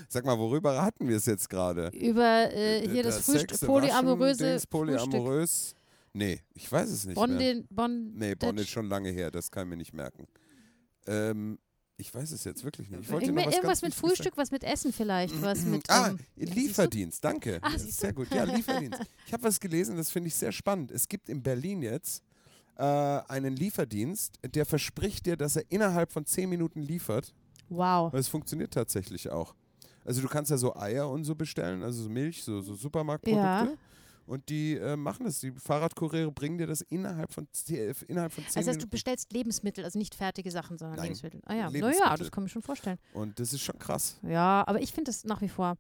S1: Sag mal, worüber hatten wir es jetzt gerade?
S2: Über Mhm. äh, hier das,
S1: Das
S2: Frühstück,
S1: Sex,
S2: polyamoröse
S1: Waschen, Dings,
S2: Frühstück.
S1: polyamorös. Nee, ich weiß es nicht mehr.
S2: Bondin, Bond,
S1: Nee, Bonn ist schon lange her, das kann ich mir nicht merken. Ähm, ich weiß es jetzt wirklich nicht. Ich wollte noch
S2: Irgendwas,
S1: was ganz
S2: irgendwas mit
S1: Wichtiges sagen.
S2: Frühstück, was mit Essen vielleicht, was mit.
S1: Ah,
S2: ähm,
S1: Lieferdienst, danke.
S2: Ah, siehst du?
S1: sehr gut.
S2: *laughs*
S1: Ja, Lieferdienst. Ich habe was gelesen, das finde ich sehr spannend. Es gibt in Berlin jetzt äh, einen Lieferdienst, der verspricht dir, dass er innerhalb von 10 Minuten liefert.
S2: Wow.
S1: Weil es funktioniert tatsächlich auch. Also du kannst ja so Eier und so bestellen, also so Milch, so, so Supermarktprodukte.
S2: Ja.
S1: Und die äh, machen das. Die Fahrradkuriere bringen dir das innerhalb von, zeh- äh, innerhalb von zehn
S2: Also heißt, du
S1: Minuten.
S2: bestellst Lebensmittel, also nicht fertige Sachen, sondern
S1: Nein,
S2: Lebensmittel. Ah ja, naja,
S1: Lebensmittel.
S2: das kann ich schon vorstellen.
S1: Und das ist schon krass.
S2: Ja, aber ich finde das nach wie vor,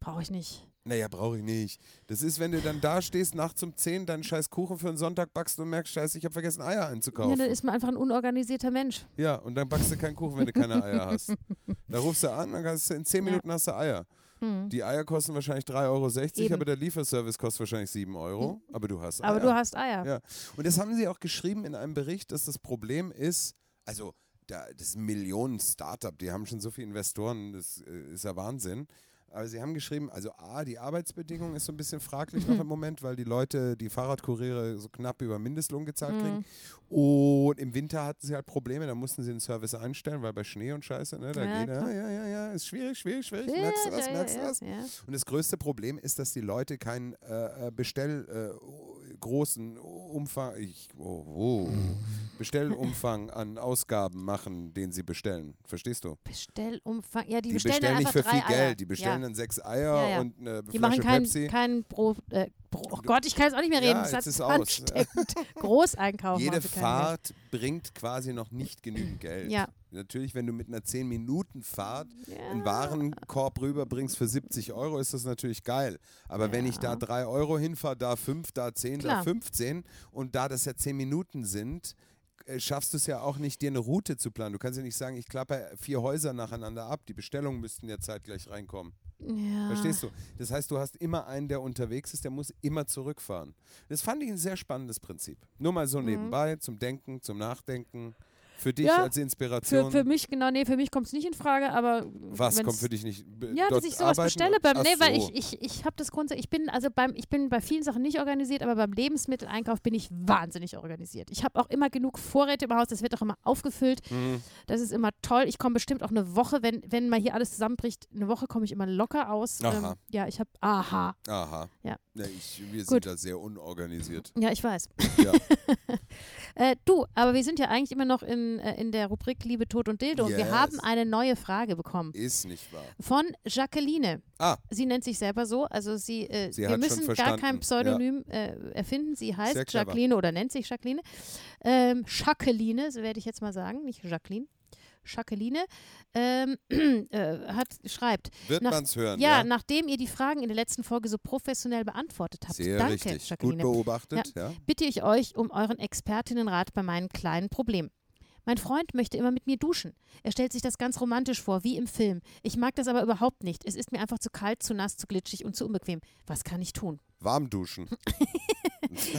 S2: brauche ich nicht.
S1: Naja, brauche ich nicht. Das ist, wenn du dann da stehst, nachts um 10, deinen scheiß Kuchen für einen Sonntag backst und merkst, scheiße, ich habe vergessen, Eier
S2: Ja,
S1: einzukaufen. Ja,
S2: dann ist man einfach ein unorganisierter Mensch.
S1: und dann backst du keinen Kuchen, wenn du keine Eier hast. Da rufst du an, dann hast du in 10
S2: Ja.
S1: Minuten hast du Eier.
S2: Hm.
S1: Die Eier kosten wahrscheinlich 3,60 Euro,
S2: Eben.
S1: aber der Lieferservice kostet wahrscheinlich 7 Euro. Aber du hast Eier.
S2: Aber du hast Eier.
S1: Ah Ja. Und das haben sie auch geschrieben in einem Bericht, dass das Problem ist, also da, das ist ein Millionen-Startup, die haben schon so viele Investoren, das äh, ist ja Wahnsinn. Aber sie haben geschrieben, also A, die Arbeitsbedingung ist so ein bisschen fraglich
S2: *laughs*
S1: noch im Moment, weil die Leute die Fahrradkuriere so knapp über Mindestlohn gezahlt
S2: Mhm.
S1: kriegen. Und im Winter hatten sie halt Probleme, da mussten sie den Service einstellen, weil bei Schnee und Scheiße, ne, da
S2: Ja,
S1: geht, ja,
S2: klar.
S1: ja, ja, ja, ist schwierig, schwierig, schwierig, merkst du was,
S2: ja,
S1: merkst du
S2: ja,
S1: was?
S2: Ja.
S1: Und das größte Problem ist, dass die Leute keinen äh, äh, Bestell äh, o- großen Umfang, ich, oh, oh, Bestellumfang an Ausgaben machen, den sie bestellen. Verstehst du?
S2: Bestellumfang. Ja, die,
S1: Die
S2: bestellen,
S1: bestellen
S2: dann
S1: nicht
S2: einfach
S1: für viel
S2: drei Eier.
S1: Geld. Die bestellen
S2: ja.
S1: dann sechs Eier
S2: Ja, ja.
S1: und eine
S2: Die
S1: Flasche
S2: machen kein,
S1: Pepsi.
S2: kein Bro, äh, Bro. Oh Gott, ich kann es auch nicht mehr reden.
S1: Ja,
S2: das
S1: jetzt
S2: hat
S1: ist aus. *laughs*
S2: ansteckend. Großeinkaufen.
S1: Jede
S2: haben sie keinen Bock.
S1: Fahrt bringt quasi noch nicht genügend Geld.
S2: Ja,
S1: Natürlich, wenn du mit einer 10-Minuten-Fahrt einen
S2: Ja.
S1: Warenkorb rüberbringst für 70 Euro, ist das natürlich geil. Aber wenn ich da 3 Euro hinfahre, da 5, da 10, da
S2: Klar.
S1: 15 und da das ja 10 Minuten sind, äh, schaffst du es ja auch nicht, dir eine Route zu planen. Du kannst ja nicht sagen, ich klappe vier Häuser nacheinander ab. Die Bestellungen müssten ja zeitgleich reinkommen.
S2: Ja.
S1: Verstehst du? Das heißt, du hast immer einen, der unterwegs ist, der muss immer zurückfahren. Das fand ich ein sehr spannendes Prinzip. Nur mal so nebenbei, zum Denken, zum Nachdenken. Für dich
S2: Mhm. Ja,
S1: als
S2: Für,
S1: Inspiration.
S2: für mich, genau, nee, für mich kommt es nicht in Frage, aber.
S1: was
S2: wenn's-
S1: kommt für dich nicht? B-
S2: Ja,
S1: dort
S2: dass ich sowas
S1: arbeiten?
S2: bestelle beim.
S1: Ach
S2: Nee, weil
S1: so.
S2: ich, ich, ich habe das grundsätzlich. Ich bin also beim, ich bin bei vielen Sachen nicht organisiert, aber beim Lebensmitteleinkauf bin ich wahnsinnig organisiert. Ich habe auch immer genug Vorräte im Haus, das wird auch immer aufgefüllt.
S1: Mhm.
S2: Das ist immer toll. Ich komme bestimmt auch eine Woche, wenn, wenn mal hier alles zusammenbricht, eine Woche komme ich immer locker aus. Ähm,
S1: Aha.
S2: ja, ich habe. Aha.
S1: Aha.
S2: Ja.
S1: ich, wir
S2: Gut.
S1: sind da sehr unorganisiert.
S2: Ja, ich weiß.
S1: Ja.
S2: *laughs* Äh, du, aber wir sind ja eigentlich immer noch in, äh, in der Rubrik Liebe, Tod und Dildo. Und
S1: Yes.
S2: Wir haben eine neue Frage bekommen.
S1: Ist nicht wahr.
S2: Von Jacqueline.
S1: Ah,
S2: Sie nennt sich selber so, also sie, äh,
S1: Sie
S2: wir
S1: hat schon
S2: müssen gar
S1: verstanden,
S2: kein Pseudonym äh, erfinden. Sie
S1: Sehr
S2: heißt
S1: clever.
S2: Jacqueline oder nennt sich Jacqueline. Ähm, Jacqueline, so werde ich jetzt mal sagen, nicht Jacqueline. Jacqueline ähm, *clears throat* äh, hat, schreibt,
S1: wird
S2: Nach-
S1: man es hören.
S2: ja,
S1: Ja,
S2: nachdem ihr die Fragen in der letzten Folge so professionell beantwortet habt,
S1: sehr
S2: danke,
S1: richtig.
S2: Jacqueline,
S1: Gut beobachtet. Ja.
S2: bitte ich euch um euren Expertinnenrat bei meinem kleinen Problem. Mein Freund möchte immer mit mir duschen. Er stellt sich das ganz romantisch vor, wie im Film. Ich mag das aber überhaupt nicht. Es ist mir einfach zu kalt, zu nass, zu glitschig und zu unbequem. Was kann
S1: *laughs*
S2: ich tun?
S1: Warm
S2: *laughs*
S1: duschen.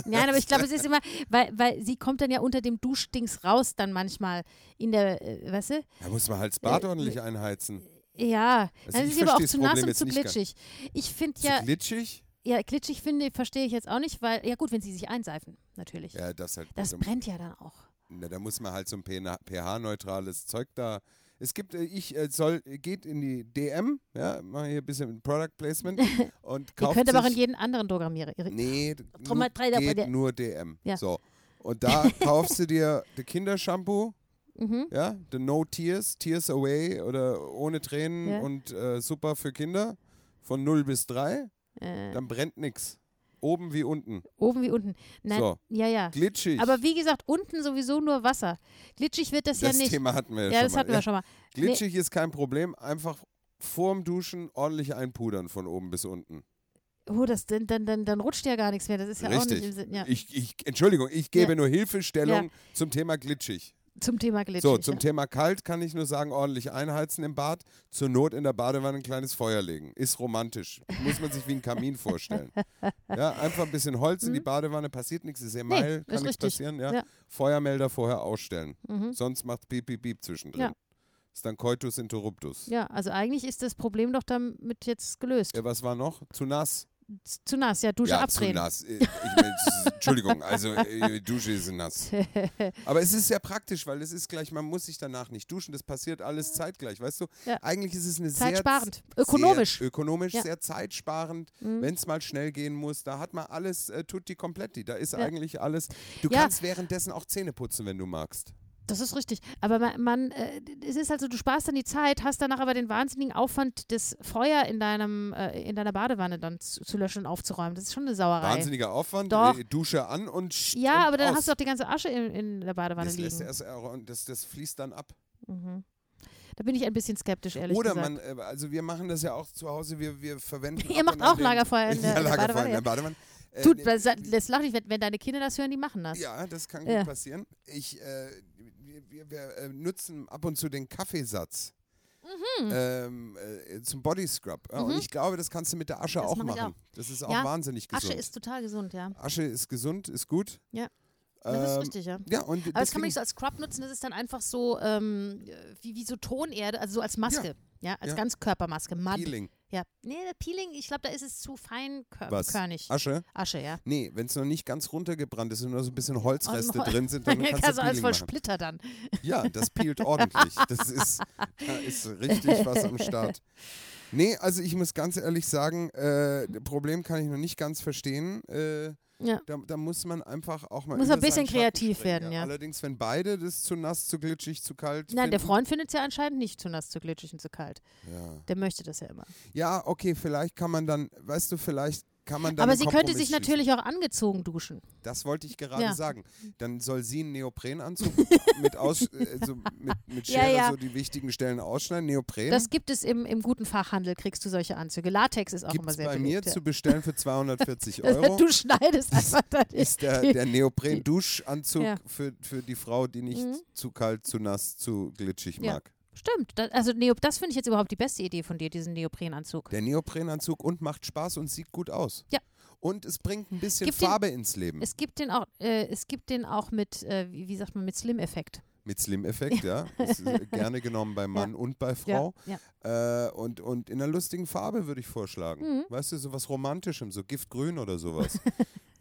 S2: Nein, aber ich glaube, es ist immer, weil, weil sie kommt dann ja unter dem Duschdings raus dann manchmal in der, äh, weißt du?
S1: Da muss man halt das Bad ordentlich einheizen.
S2: Ja,
S1: Also
S2: dann
S1: ich
S2: ist sie aber auch
S1: verstehe
S2: zu
S1: das
S2: nass
S1: Problem
S2: und
S1: jetzt
S2: zu
S1: nicht ganz.
S2: glitschig. Ich finde
S1: Zu
S2: ja,
S1: glitschig?
S2: ja, glitschig finde, verstehe ich jetzt auch nicht, weil, ja gut, wenn sie sich einseifen, natürlich.
S1: Ja, das halt.
S2: Das
S1: da-
S2: brennt ja dann auch.
S1: Na, da muss man halt so ein PN pH-neutrales Zeug da. Es gibt, äh, ich äh, soll, geht in die DM, ja, mach hier ein bisschen Product Placement und
S2: *laughs* Ihr
S1: kauft
S2: könnt
S1: sich,
S2: aber auch in jeden anderen Drogermierer. ihre-
S1: Nee, d-
S2: Drum
S1: nur,
S2: mal drei dabei,
S1: geht
S2: der-
S1: nur DM.
S2: Ja.
S1: So. Und
S2: *laughs*
S1: da kaufst du dir das Kindershampoo,
S2: Mhm.
S1: ja, the No Tears, Tears Away oder ohne Tränen
S2: Ja.
S1: und äh, super für Kinder von 0 bis 3,
S2: Äh,
S1: dann brennt nix. Oben wie unten.
S2: oben wie unten. Nein,
S1: So.
S2: ja, ja.
S1: Glitschig.
S2: Aber wie gesagt, unten sowieso nur Wasser. Glitschig wird das,
S1: das
S2: ja nicht.
S1: Thema hatten wir ja,
S2: ja,
S1: schon
S2: das
S1: mal.
S2: hatten wir schon mal.
S1: Glitschig ist kein Problem, einfach vorm Duschen ordentlich einpudern von oben bis unten.
S2: Oh, das, dann, dann, dann, dann rutscht ja gar nichts mehr. Das ist ja auch nicht
S1: Richtig.
S2: im Sinn. Ja.
S1: Ich, ich, Entschuldigung, ich gebe
S2: Ja.
S1: nur Hilfestellung zum Thema glitschig.
S2: Zum Thema Glitschig.
S1: So, zum
S2: ja.
S1: Thema kalt kann ich nur sagen, ordentlich einheizen im Bad, zur Not in der Badewanne ein kleines Feuer legen. Ist romantisch. Muss man sich wie einen Kamin
S2: *laughs*
S1: vorstellen. Ja, einfach ein bisschen Holz in die Badewanne, passiert nichts, ist ja Meil,
S2: Mhm. ist
S1: kann nichts
S2: richtig.
S1: passieren. Ja.
S2: Ja. Mhm.
S1: Feuermelder vorher ausstellen. Sonst macht piep, piep, piep zwischendrin.
S2: Ja.
S1: Ist dann Coitus interruptus.
S2: ja, also eigentlich ist das Problem doch damit jetzt gelöst.
S1: Ja, was war noch? Zu nass?
S2: Z- Zu nass, ja, Dusche
S1: ja,
S2: abdrehen.
S1: zu nass. Äh, Ich mein, s- Entschuldigung, also äh, Dusche ist
S2: *laughs*
S1: nass. Aber es ist sehr praktisch, weil es ist gleich, man muss sich danach nicht duschen, das passiert alles zeitgleich, weißt du?
S2: Ja.
S1: Eigentlich ist es eine sehr...
S2: Zeitsparend.
S1: sehr
S2: Ökonomisch.
S1: ökonomisch,
S2: Ja. Mhm.
S1: sehr zeitsparend, wenn es mal schnell gehen muss, da hat man alles äh, tutti completi, da ist eigentlich alles... Du
S2: Ja.
S1: kannst währenddessen auch Zähne putzen, wenn du magst.
S2: Das ist richtig. Aber man, man äh, es ist halt so, du sparst dann die Zeit, hast danach aber den wahnsinnigen Aufwand, das Feuer in, deinem, äh, in deiner Badewanne dann zu, zu löschen und aufzuräumen. Das ist schon eine Sauerei.
S1: Wahnsinniger Aufwand,
S2: Doch.
S1: äh, Dusche an und... sch-
S2: Ja,
S1: und
S2: aber dann
S1: aus.
S2: hast du doch die ganze Asche in, in der Badewanne
S1: das, lässt
S2: liegen.
S1: erst, äh, das, das fließt dann ab.
S2: Da bin ich ein bisschen skeptisch, ehrlich
S1: Oder
S2: gesagt.
S1: man, äh, also wir machen das ja auch zu Hause, wir, wir verwenden.
S2: *laughs* Ihr
S1: ab
S2: macht
S1: und an
S2: auch
S1: den-
S2: Lagerfeuer in
S1: *laughs*
S2: der-
S1: ja,
S2: in der
S1: Lagerfeuer
S2: Badewanne,
S1: in der
S2: *laughs*
S1: Badewanne. Äh,
S2: Tut,
S1: nee,
S2: weil sa- das lache ich, wenn, wenn deine Kinder das hören, die machen das.
S1: ja, das kann
S2: Ja.
S1: gut passieren. Ich, äh, wir, wir, wir äh, nutzen ab und zu den Kaffeesatz.
S2: Mhm.
S1: Ähm, äh, zum Body Scrub. Ja, Und ich glaube, das kannst du mit der Asche
S2: Das
S1: auch
S2: mach ich
S1: machen.
S2: auch.
S1: Das ist auch
S2: Ja,
S1: wahnsinnig gesund.
S2: Asche ist total gesund, ja.
S1: Asche ist gesund, ist gut.
S2: Ja. Das ist
S1: Ähm,
S2: richtig, ja.
S1: Ja, und
S2: Aber das kann man
S1: deswegen-
S2: nicht so als Scrub nutzen, das ist dann einfach so ähm, wie, wie so Tonerde, also so als Maske. Ja, als
S1: Ja.
S2: Ganzkörpermaske. Mud.
S1: Peeling.
S2: Ja. Nee, der Peeling, ich glaube, da ist es zu
S1: Was?
S2: feinkörnig.
S1: Asche?
S2: Asche, ja.
S1: Nee, wenn es noch nicht ganz runtergebrannt ist und nur so ein bisschen Holzreste
S2: Hol-
S1: drin
S2: *laughs*
S1: sind, dann kannst
S2: also
S1: du
S2: als
S1: Peeling
S2: voll
S1: machen.
S2: Splitter dann.
S1: Ja, das peelt ordentlich. Das ist, da ist richtig was am Start. Nee, also ich muss ganz ehrlich sagen, äh, das Problem kann ich noch nicht ganz verstehen. Äh,
S2: Ja.
S1: da, da muss man einfach auch mal.
S2: Muss
S1: über
S2: ein bisschen
S1: seinen Schatten
S2: kreativ
S1: springen,
S2: werden, ja.
S1: Allerdings, wenn beide das zu nass, zu glitschig, zu kalt.
S2: Nein, der
S1: finden-
S2: Freund findet es ja anscheinend nicht zu nass, zu glitschig und zu kalt.
S1: Ja.
S2: Der möchte das ja immer.
S1: ja, okay, vielleicht kann man dann, weißt du, vielleicht kann man dann
S2: Aber
S1: einen
S2: sie könnte
S1: Kompromiss
S2: sich
S1: schließen.
S2: natürlich auch angezogen duschen.
S1: Das wollte ich gerade
S2: Ja.
S1: sagen. Dann soll sie einen
S2: *laughs*
S1: Neoprenanzug mit, aus, äh, so mit, mit
S2: Ja,
S1: Schere
S2: ja.
S1: so die wichtigen Stellen ausschneiden. Neopren
S2: Das gibt es im, im guten Fachhandel, kriegst du solche Anzüge. Latex ist auch
S1: gibt
S2: immer
S1: es
S2: sehr
S1: bei mir
S2: beliebt. ja. *laughs*
S1: zu bestellen für 240
S2: Das-
S1: Euro.
S2: Du schneidest einfach da
S1: Ist
S2: *laughs*
S1: der, der Neopren-Duschanzug
S2: Ja. Mhm.
S1: für, für die Frau, die nicht zu kalt, zu nass, zu glitschig
S2: Ja.
S1: mag.
S2: Stimmt. Da, also Neop das finde ich jetzt überhaupt die beste Idee von dir, diesen Neoprenanzug.
S1: Der Neoprenanzug und macht Spaß und sieht gut aus.
S2: Ja.
S1: Und es bringt ein bisschen
S2: Gibt den-
S1: Farbe ins Leben.
S2: Es gibt den auch, äh, es gibt den auch mit, äh, wie, wie sagt man, mit Slim-Effekt.
S1: Mit Slim-Effekt, ja. Ist
S2: *laughs*
S1: äh, gerne genommen bei Mann und bei Frau.
S2: Ja, ja.
S1: Äh, und, und in einer lustigen Farbe würde ich
S2: Mhm.
S1: vorschlagen. Weißt du, so was Romantischem, so Giftgrün oder
S2: *laughs*
S1: sowas.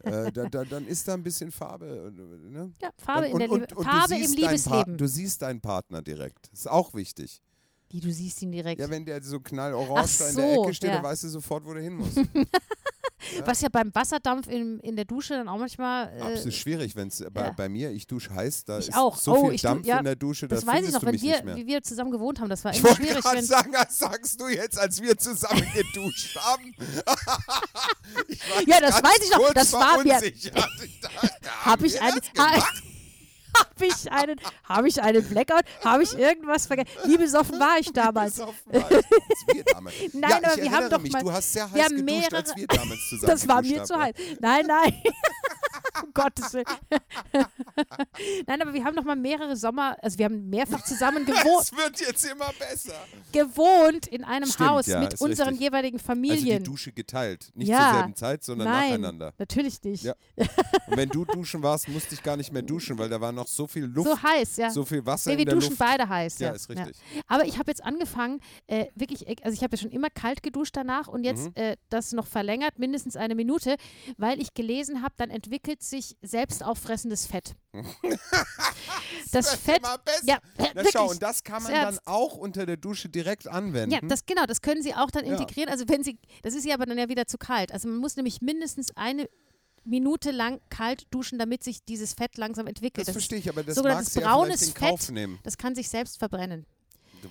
S1: äh, da, da, dann ist da ein bisschen Farbe. äh, Ne?
S2: Ja, Farbe
S1: dann,
S2: in der
S1: und,
S2: Liebe,
S1: und, und
S2: Farbe
S1: du
S2: im
S1: siehst deinen Pa-
S2: Liebesleben.
S1: Du siehst deinen Partner direkt. Ist auch wichtig.
S2: Wie du siehst ihn direkt.
S1: Ja, wenn der so
S2: Ach
S1: knallorange da in der
S2: so,
S1: Ecke steht,
S2: ja. Äh,
S1: dann weißt du sofort, wo du hin
S2: *laughs*
S1: musst.
S2: Was ja beim Wasserdampf in, in der Dusche dann auch manchmal. Äh,
S1: Absolut schwierig, wenn es bei,
S2: ja.
S1: bei mir, ich dusche heiß, da
S2: Ich
S1: ist
S2: auch.
S1: so
S2: Oh,
S1: viel
S2: ich du-
S1: Dampf
S2: ja,
S1: in der Dusche, da
S2: das weiß ich
S1: findest
S2: noch,
S1: du
S2: wenn
S1: mich nicht *laughs*
S2: wir,
S1: mehr.
S2: wie wir zusammen gewohnt haben, das war
S1: Ich
S2: immer
S1: wollte
S2: schwierig.
S1: gerade
S2: Wenn,
S1: sagen, was sagst du jetzt, als wir zusammen
S2: *laughs*
S1: geduscht haben? Ich war
S2: Ja, das
S1: ganz
S2: weiß ich noch,
S1: kurz
S2: das war
S1: *laughs*
S2: mir-
S1: verunsichert. Ich dachte,
S2: Habe
S1: haben
S2: ich
S1: wir *laughs*
S2: einen.
S1: das
S2: *laughs* Ha,
S1: gemacht?
S2: hab ich einen, hab ich einen Blackout? Habe ich irgendwas vergessen? Wie besoffen war ich damals?
S1: Besoffen war ich, als wir damals.
S2: *laughs* Nein,
S1: ja,
S2: aber
S1: ich
S2: wir haben
S1: erinnere
S2: doch
S1: mich,
S2: mal-
S1: du hast sehr
S2: wir
S1: heiß
S2: haben
S1: geduscht, als
S2: mehrere-
S1: wir damals
S2: *laughs*
S1: zusammen
S2: Das war mir
S1: geduscht
S2: zu
S1: haben. *laughs*
S2: heiß. Nein, nein. *laughs* um Gottes Willen. *laughs* nein, aber wir haben noch mal mehrere Sommer, also wir haben
S1: *laughs*
S2: mehrfach zusammen gewohnt,
S1: Es wird jetzt immer besser.
S2: gewohnt in einem
S1: Stimmt,
S2: Haus
S1: ja,
S2: mit
S1: ist
S2: unseren
S1: richtig.
S2: jeweiligen
S1: Also die
S2: Familien.
S1: Dusche geteilt. Nicht
S2: Ja.
S1: zur selben Zeit, sondern
S2: nein,
S1: nacheinander.
S2: natürlich nicht.
S1: Ja. Und wenn du duschen warst, musste ich gar nicht mehr duschen, weil da war noch so viel Luft,
S2: So heiß, ja.
S1: so viel Wasser
S2: Nee, wir
S1: in der
S2: duschen
S1: Luft.
S2: beide heiß. Ja,
S1: Ja, ist richtig.
S2: Aber ich habe jetzt angefangen, äh, wirklich, äh, also ich habe ja schon immer kalt geduscht danach und jetzt
S1: Mhm.
S2: äh, das noch verlängert, mindestens eine Minute, weil ich gelesen habe, dann entwickelt sich selbst
S1: *laughs*
S2: auffressendes Fett. das
S1: wird
S2: Fett.
S1: immer besser.
S2: Ja, äh,
S1: Na
S2: wirklich.
S1: schau, und das kann man
S2: Das
S1: dann
S2: Ernst.
S1: auch unter der Dusche direkt anwenden.
S2: ja, das genau, das können sie auch dann
S1: Ja.
S2: integrieren. Also wenn sie, das ist ja aber dann ja wieder zu kalt. Also man muss nämlich mindestens eine Minute lang kalt duschen, damit sich dieses Fett langsam entwickelt.
S1: Das verstehe ich, aber das mag
S2: sogenanntes
S1: sie ja
S2: braunes
S1: vielleicht in
S2: Fett.
S1: Kauf nehmen. Oh.
S2: Das kann sich selbst verbrennen.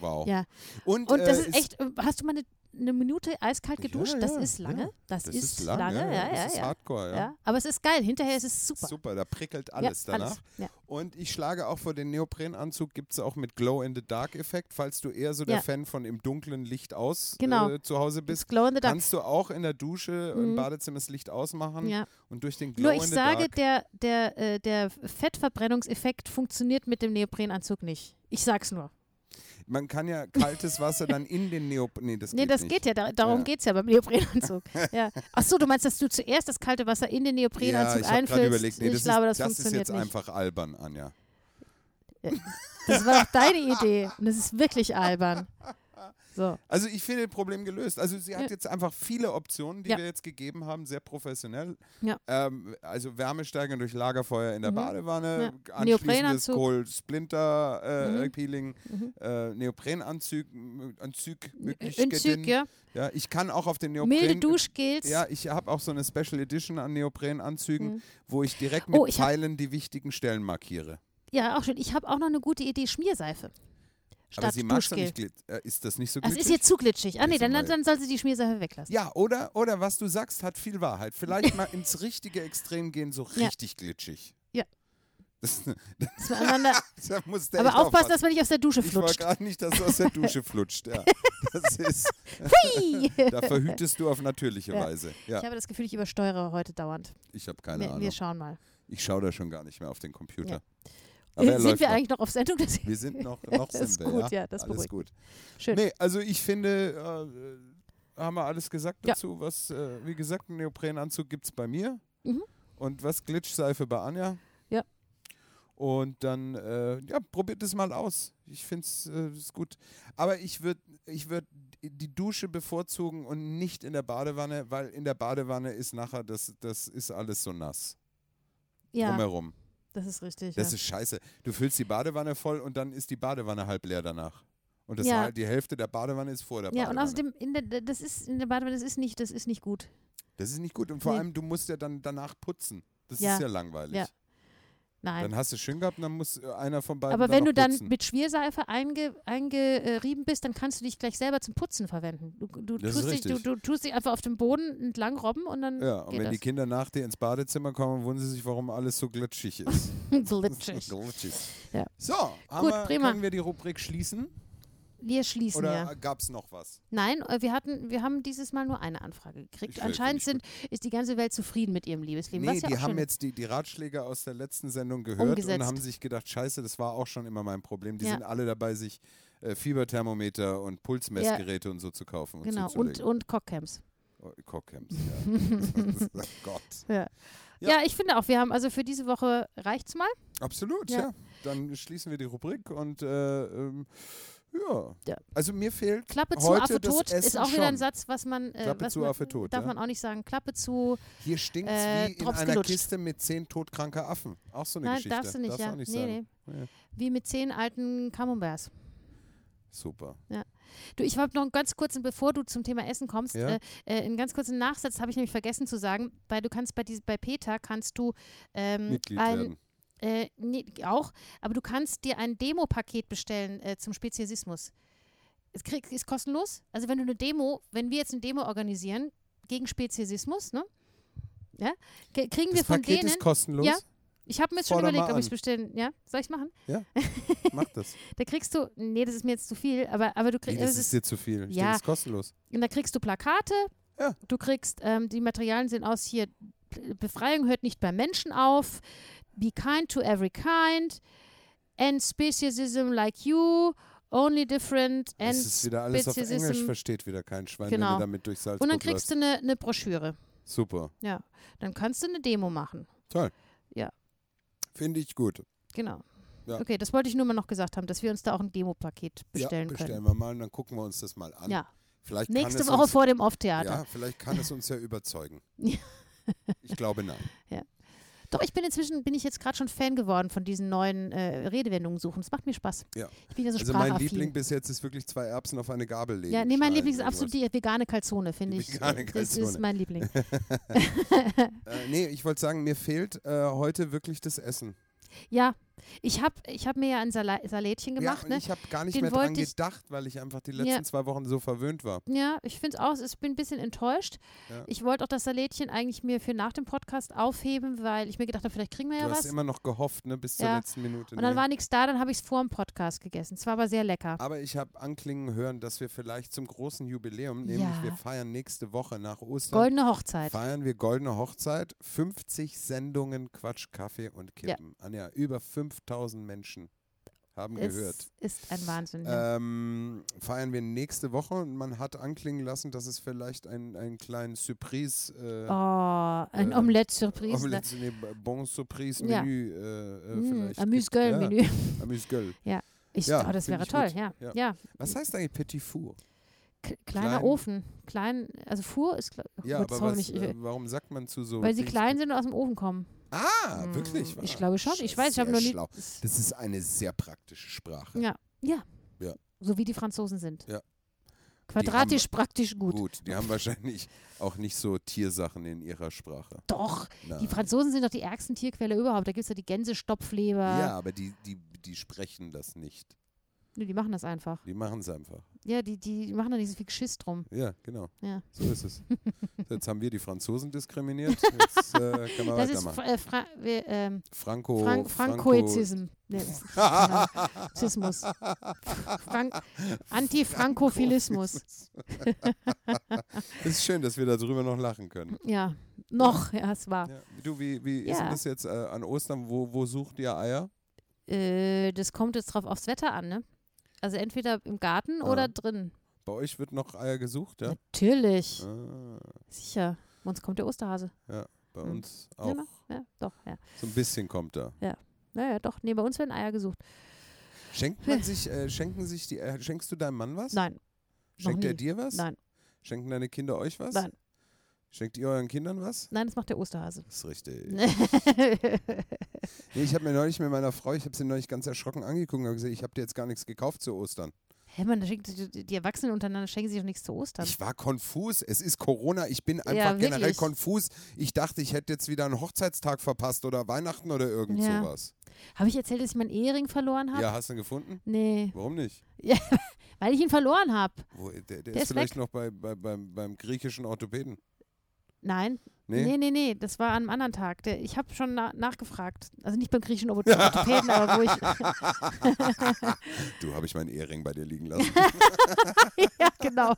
S1: Wow.
S2: Ja.
S1: Und,
S2: Und das
S1: äh,
S2: ist echt, äh, hast du mal eine, eine Minute eiskalt
S1: Ja,
S2: geduscht? das
S1: ja,
S2: ist lange.
S1: ja.
S2: Das,
S1: das
S2: ist,
S1: lang,
S2: lange, ja, ja,
S1: Das ist
S2: ja.
S1: hardcore, ja.
S2: Ja. Aber es ist geil. Hinterher ist es super.
S1: Super. da prickelt alles
S2: ja,
S1: danach.
S2: Alles. Ja.
S1: Und ich schlage auch vor den Neoprenanzug, gibt es auch mit Glow-in-the-Dark-Effekt, falls du eher so der
S2: Ja.
S1: Fan von im dunklen Licht aus
S2: Genau.
S1: äh, zu Hause bist.
S2: Das Glow in the Dark.
S1: Kannst du auch in der Dusche im
S2: Mhm.
S1: Badezimmer das Licht ausmachen
S2: Ja.
S1: und durch den Glow
S2: Nur
S1: in
S2: ich
S1: the
S2: sage,
S1: Dark.
S2: der, der, äh, der Fettverbrennungseffekt funktioniert mit dem Neoprenanzug nicht. Ich sag's nur.
S1: Man kann ja kaltes Wasser dann in den Neopren. Nee, das
S2: Nee,
S1: geht
S2: das
S1: nicht.
S2: geht ja. Da, darum
S1: Ja.
S2: geht's ja beim
S1: *laughs*
S2: Neoprenanzug. ja. Ach so, du meinst, dass du zuerst das kalte Wasser in den
S1: ja,
S2: Neoprenanzug
S1: ich habe gerade
S2: einfüllst?
S1: überlegt, nee,
S2: ich
S1: das,
S2: glaube, das,
S1: ist, das ist
S2: funktioniert
S1: jetzt
S2: nicht.
S1: einfach albern, Anja.
S2: Das war doch deine Idee. Und das ist
S1: *laughs*
S2: wirklich albern. So.
S1: Also ich finde das Problem gelöst. Also sie hat
S2: Ja.
S1: jetzt einfach viele Optionen, die
S2: Ja.
S1: wir jetzt gegeben haben, sehr professionell.
S2: Ja.
S1: Ähm, also Wärmesteigerung durch Lagerfeuer in der
S2: Mhm.
S1: Badewanne,
S2: Ja.
S1: anschließendes
S2: Neoprenanzug.
S1: Kohl-Splinter, äh,
S2: Mhm.
S1: Peeling,
S2: Mhm.
S1: äh, Neoprenanzug, m- Anzug,
S2: Entzug,
S1: Möglichkeiten.
S2: ja.
S1: Ja, ich kann auch auf den Neopren...
S2: Milde Duschgels.
S1: Ja, ich habe auch so eine Special Edition an Neoprenanzügen,
S2: Mhm.
S1: wo ich direkt mit
S2: Oh, ich hab-
S1: Pfeilen die wichtigen Stellen markiere.
S2: Ja, auch schön. Ich habe auch noch eine gute Idee: Schmierseife. Statt
S1: Aber sie mag es
S2: Duschgel.
S1: nicht. glit- Äh, ist das nicht so
S2: Das
S1: glitschig?
S2: ist jetzt zu glitschig. Ah, nee,
S1: Jetzt
S2: dann,
S1: mal-
S2: dann soll sie die Schmierseife weglassen.
S1: Ja, oder, oder was du sagst, hat viel Wahrheit.
S2: *laughs*
S1: Vielleicht mal ins richtige Extrem gehen, so
S2: Ja.
S1: richtig glitschig. *laughs*
S2: Ja.
S1: Das,
S2: Dass man aneinander-
S1: *laughs* da muss der
S2: Aber
S1: echt
S2: aufpassen, dass man nicht aus der Dusche
S1: Ich wollte
S2: flutscht.
S1: gerade nicht, dass du aus der
S2: *laughs*
S1: Dusche flutscht. Ja. Das ist,
S2: Hui!
S1: da verhütest du auf natürliche
S2: Ja.
S1: Weise.
S2: Ich
S1: Ja,
S2: habe das Gefühl, ich übersteuere heute dauernd.
S1: ich habe keine
S2: Wir, wir
S1: Ahnung.
S2: schauen mal.
S1: Ich schaue da schon gar nicht mehr auf den Computer.
S2: Ja.
S1: Aber er
S2: *laughs* Sind
S1: läuft
S2: wir
S1: noch.
S2: eigentlich noch auf Sendung? Das
S1: Wir sind
S2: *laughs*
S1: noch, noch
S2: Das ist
S1: sind wir,
S2: gut,
S1: ja.
S2: ja, das
S1: alles
S2: beruhigt.
S1: gut.
S2: Schön.
S1: Nee, also ich finde, äh, haben wir alles gesagt
S2: Ja.
S1: dazu, was, äh, wie gesagt, einen Neoprenanzug gibt es bei mir.
S2: Mhm.
S1: Und was Glitchseife bei Anja.
S2: Ja.
S1: Und dann, äh, ja, probiert es mal aus. Ich finde es äh, ist gut. Aber ich würde ich würd die Dusche bevorzugen und nicht in der Badewanne, weil in der Badewanne ist nachher, das, das ist alles so nass.
S2: ja,
S1: Drumherum.
S2: das ist richtig.
S1: Das
S2: ja.
S1: ist scheiße. Du füllst die Badewanne voll und dann ist die Badewanne halb leer danach. Und das
S2: Ja.
S1: hal- die Hälfte der Badewanne ist vor der
S2: ja, und
S1: Badewanne.
S2: außerdem, in der, das ist in der Badewanne, das ist nicht, das ist nicht gut.
S1: das ist nicht gut. Und vor
S2: Nee.
S1: allem, du musst ja dann danach putzen. Das
S2: Ja.
S1: ist ja langweilig.
S2: Ja. Nein.
S1: Dann hast du schön gehabt und dann muss äh, einer von beiden
S2: Aber
S1: da
S2: wenn
S1: noch
S2: du dann
S1: putzen.
S2: mit Schmierseife einge, eingerieben bist, dann kannst du dich gleich selber zum Putzen verwenden. Du, du,
S1: Das ist
S2: tust, dich, du,
S1: richtig.
S2: du tust dich einfach auf dem Boden entlang robben und dann
S1: Ja, und
S2: geht
S1: wenn
S2: das.
S1: die Kinder nach dir ins Badezimmer kommen, wundern sie sich, warum alles so glitschig ist.
S2: *laughs*
S1: *laughs*
S2: Glitschig.
S1: glitschig.
S2: Ja.
S1: So, haben
S2: Gut,
S1: wir,
S2: prima.
S1: können wir die Rubrik schließen?
S2: Wir schließen
S1: Oder
S2: ja.
S1: gab es noch was?
S2: Nein, äh, wir hatten, wir haben dieses Mal nur eine Anfrage gekriegt.
S1: Ich weiß,
S2: Anscheinend
S1: finde
S2: sind, ist die ganze Welt zufrieden mit ihrem Liebesleben.
S1: nee,
S2: was ja
S1: die
S2: auch
S1: haben
S2: schön
S1: jetzt die, die Ratschläge aus der letzten Sendung gehört
S2: Umgesetzt.
S1: und haben sich gedacht, scheiße, das war auch schon immer mein Problem. Die
S2: Ja.
S1: sind alle dabei, sich äh, Fieberthermometer und Pulsmessgeräte und so zu kaufen und
S2: Genau, und,
S1: zuzulegen.
S2: und Cockcamps.
S1: Oh, Cockcams, ja. *laughs* oh Gott.
S2: Ja. ich finde auch, wir haben, also für diese Woche reicht's mal.
S1: Absolut,
S2: Ja.
S1: ja. Dann schließen wir die Rubrik und äh, ähm, ja.
S2: Ja.
S1: Also mir fehlt
S2: Klappe zu,
S1: heute
S2: Affe
S1: das
S2: tot
S1: Essen
S2: ist auch wieder ein
S1: schon.
S2: Satz, was man. Äh,
S1: Klappe
S2: was
S1: zu,
S2: man,
S1: Affe tot,
S2: Darf
S1: ja.
S2: man auch nicht sagen. Klappe zu.
S1: Hier stinkt es
S2: Äh,
S1: wie in
S2: Drops
S1: einer
S2: gelutscht.
S1: Kiste mit zehn todkranker Affen. Auch so eine
S2: Nein,
S1: Geschichte.
S2: darfst du nicht, ja.
S1: auch nicht
S2: nee,
S1: sagen. Oh,
S2: nee.
S1: Ja.
S2: Wie mit zehn alten Camemberts.
S1: Super.
S2: Du, ich habe noch einen ganz kurzen, bevor du zum Thema Essen kommst,
S1: Ja.
S2: äh, äh, einen ganz kurzen Nachsatz habe ich nämlich vergessen zu sagen, weil du kannst bei, diese, bei Peter kannst du ähm,
S1: Mitglied
S2: ein,
S1: werden.
S2: Äh, nee, auch, aber du kannst dir ein Demo-Paket bestellen äh, zum Speziesismus. Es krieg, ist kostenlos. Also wenn du eine Demo, wenn wir jetzt eine Demo organisieren gegen Speziesismus, ne? Ja, k- kriegen wir
S1: Das
S2: von
S1: Paket
S2: denen.
S1: ist kostenlos.
S2: Ja. ich habe mir jetzt schon
S1: Forder mal
S2: überlegt, ob ich es
S1: an.
S2: bestellen. Ja, soll ich machen?
S1: Mach
S2: *laughs*
S1: das.
S2: Da kriegst du, nee, das ist mir jetzt zu viel, aber, aber du
S1: Wie,
S2: kriegst,
S1: das ist dir zu viel. Ich
S2: Ja.
S1: denke, das ist kostenlos.
S2: und da kriegst du Plakate.
S1: Ja.
S2: Du kriegst, ähm, die Materialien sehen aus hier, Befreiung hört nicht bei Menschen auf, be kind to every kind, end speciesism like you, only different, and
S1: das ist wieder alles auf
S2: Speziesism.
S1: Englisch, versteht wieder kein Schwein, wenn
S2: Genau.
S1: du damit durch Salzburg
S2: und dann kriegst du eine, eine Broschüre.
S1: läufst. Super.
S2: Ja, dann kannst du eine Demo machen.
S1: Finde ich gut.
S2: Genau.
S1: Ja.
S2: Okay, das wollte ich nur mal noch gesagt haben, dass wir uns da auch ein Demo-Paket bestellen
S1: ja, bestellen
S2: können.
S1: wir mal und dann gucken wir uns das mal an.
S2: Ja,
S1: Vielleicht kann
S2: nächste
S1: es
S2: Woche
S1: uns,
S2: vor dem Off-Theater.
S1: Ja, vielleicht kann es uns ja überzeugen.
S2: *laughs* Ja.
S1: Ich glaube
S2: *laughs*
S1: nein.
S2: Doch, ich bin inzwischen, bin ich jetzt gerade schon Fan geworden von diesen neuen äh, Redewendungen suchen. Das macht mir Spaß.
S1: Ja.
S2: Ich bin ja so
S1: Also mein
S2: sprachaffin.
S1: Liebling bis jetzt ist wirklich zwei Erbsen auf eine Gabel legen.
S2: Ja, nee, mein
S1: schneiden,
S2: Liebling ist
S1: irgendwas.
S2: absolut die vegane Kalzone, finde
S1: Die
S2: ich.
S1: vegane
S2: Das ist
S1: Calzone. *laughs*
S2: mein Liebling.
S1: Äh, nee, ich wollte sagen, mir fehlt äh, heute wirklich das Essen.
S2: ja, ich habe ich hab mir ja ein Sala Salätchen
S1: ja,
S2: gemacht,
S1: und
S2: ne?
S1: ich habe gar nicht
S2: Den
S1: mehr dran
S2: wollte ich-
S1: gedacht, weil ich einfach die
S2: Ja.
S1: letzten zwei Wochen so verwöhnt war.
S2: Ja, ich finde es auch, ich bin ein bisschen enttäuscht.
S1: Ja.
S2: Ich wollte auch das Salätchen eigentlich mir für nach dem Podcast aufheben, weil ich mir gedacht habe, vielleicht kriegen wir
S1: Du
S2: ja
S1: hast
S2: was.
S1: immer noch gehofft, ne, bis zur
S2: Ja.
S1: letzten Minute.
S2: Und dann
S1: nee.
S2: war nichts da, dann habe ich es vor dem Podcast gegessen. Es war aber sehr lecker.
S1: aber ich habe anklingen hören, dass wir vielleicht zum großen Jubiläum,
S2: Ja.
S1: nämlich wir feiern nächste Woche nach Ostern,
S2: Goldene Hochzeit.
S1: feiern wir Goldene Hochzeit, 50 Sendungen Quatsch, Kaffee und
S2: Ja.
S1: Kippen. Anja, über 5000 Menschen haben gehört.
S2: Es ist ein Wahnsinn. ja.
S1: Ähm, feiern wir nächste Woche und man hat anklingen lassen, dass es vielleicht einen, einen kleinen Surprise, äh,
S2: Oh, ein
S1: äh,
S2: Omelette-Surprise. ne?
S1: Omelette, nee, bon Surprise
S2: Ja.
S1: Menü äh, äh,
S2: Mm,
S1: vielleicht.
S2: Amüs-Göll-Menü.
S1: Ja, Amüs-Göll.
S2: *laughs* Ich,
S1: Ja,
S2: oh, das
S1: find
S2: wäre
S1: ich
S2: toll,
S1: gut.
S2: ja.
S1: Ja.
S2: ja.
S1: Was heißt eigentlich Petit Four?
S2: K kleiner
S1: Klein-
S2: Ofen. Klein, also Fuhr ist, glaub- oh
S1: Ja,
S2: Gott, das
S1: aber was,
S2: hoffe ich nicht,
S1: äh, warum sagt man zu so?
S2: weil sie
S1: Dings-
S2: klein sind und aus dem Ofen kommen. Hm,
S1: Ah, wirklich?
S2: Ich
S1: Ah,
S2: glaube schon. Ich weiß, ich habe
S1: sehr
S2: noch nie.
S1: schlau. Das ist eine sehr praktische Sprache.
S2: Ja, ja.
S1: Ja.
S2: So wie die Franzosen sind.
S1: Ja.
S2: Quadratisch praktisch gut.
S1: Gut. die haben wahrscheinlich auch nicht so Tiersachen in ihrer Sprache.
S2: Doch, die
S1: Nein.
S2: Franzosen sind doch die ärgsten Tierquelle überhaupt. Da gibt es ja die Gänsestopfleber.
S1: Ja, aber die, die, die sprechen das nicht.
S2: Nee, die machen das einfach.
S1: Die machen es einfach.
S2: Ja, die, die machen da nicht so viel Geschiss drum.
S1: Ja, genau.
S2: Ja.
S1: So ist
S2: *laughs*
S1: es. So, Jetzt haben wir die Franzosen diskriminiert. Jetzt äh, können wir
S2: Das ist
S1: weitermachen.
S2: Fra- äh, Fra wir, ähm,
S1: Franco.
S2: Frank Frankoizism.
S1: *laughs*
S2: Nee, genau. Zismus. Frank Antifrankophilismus.
S1: Es ist schön, dass wir darüber noch lachen können.
S2: Ja, noch, ja, es war.
S1: Ja. Du, wie, wie ist
S2: Ja.
S1: denn das jetzt äh, an Ostern? Wo, wo sucht ihr Eier?
S2: Äh, das kommt jetzt drauf aufs Wetter an, ne? Also entweder im Garten oder drin.
S1: Bei euch wird noch Eier gesucht, ja?
S2: Natürlich,
S1: Ah,
S2: sicher. Uns kommt der Osterhase.
S1: bei
S2: Mhm.
S1: uns auch.
S2: Genau. Ja, doch, ja.
S1: So ein bisschen kommt da.
S2: Naja, doch. Nee, bei uns werden Eier gesucht.
S1: Schenkt man sich, äh, schenken sich die, äh, schenkst du deinem Mann was?
S2: Nein,
S1: Schenkt er
S2: nie.
S1: dir was?
S2: nein,
S1: Schenken deine Kinder euch was?
S2: Nein.
S1: Schenkt ihr euren Kindern was?
S2: nein, das macht der Osterhase.
S1: Das ist richtig.
S2: *laughs* ja,
S1: Nee, ich habe mir neulich mit meiner Frau, ich habe sie neulich ganz erschrocken angeguckt und hab gesagt, ich habe dir jetzt gar nichts gekauft zu Ostern.
S2: Hä, man, da schenkt, die die Erwachsenen untereinander schenken sich doch nichts zu Ostern.
S1: Ich war konfus. Es ist Corona. Ich bin einfach
S2: wirklich.
S1: generell konfus. Ich dachte, ich hätte jetzt wieder einen Hochzeitstag verpasst oder Weihnachten oder irgend
S2: Ja.
S1: sowas.
S2: Habe ich erzählt, dass ich meinen Ehering verloren habe?
S1: Ja, hast du ihn gefunden?
S2: Nee,
S1: Warum nicht?
S2: weil ich ihn verloren habe.
S1: Wo, der, der,
S2: ist
S1: ist vielleicht noch bei, bei, beim, beim griechischen Orthopäden.
S2: Nein,
S1: Nee?
S2: nee, nee, nee, das war an einem anderen Tag. Der, ich habe schon na nachgefragt. Also nicht
S1: *laughs*
S2: beim griechischen Orthopä- Orthopäden, aber wo ich.
S1: Du, habe ich meinen Ehering bei dir liegen
S2: *laughs*
S1: lassen. *laughs*
S2: ja, genau.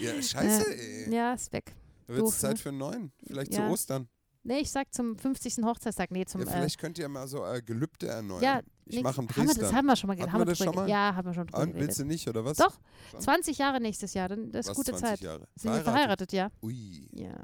S1: ja, scheiße, ey.
S2: Ja, ist weg.
S1: Da wird
S2: doof,
S1: es Zeit
S2: ne?
S1: für einen neuen. Vielleicht
S2: Ja.
S1: zu Ostern.
S2: Nee, ich sag zum 50. Hochzeitstag. Nee, zum.
S1: Ja,
S2: äh,
S1: vielleicht könnt ihr mal so äh, Gelübde erneuern.
S2: ja
S1: ich
S2: nee,
S1: mache einen
S2: haben wir, Das
S1: Priester.
S2: haben wir schon mal, ge-
S1: Hatten
S2: haben
S1: wir
S2: wir
S1: das
S2: drüber
S1: schon mal? Ah,
S2: ge- Ja, haben wir schon drüber
S1: Und
S2: geredet.
S1: willst du nicht, oder was?
S2: Doch,
S1: Wann?
S2: 20 Jahre nächstes Jahr, dann, das ist
S1: was,
S2: gute
S1: 20
S2: Zeit.
S1: Jahre?
S2: Sind wir verheiratet, ja.
S1: Ui,
S2: Ja,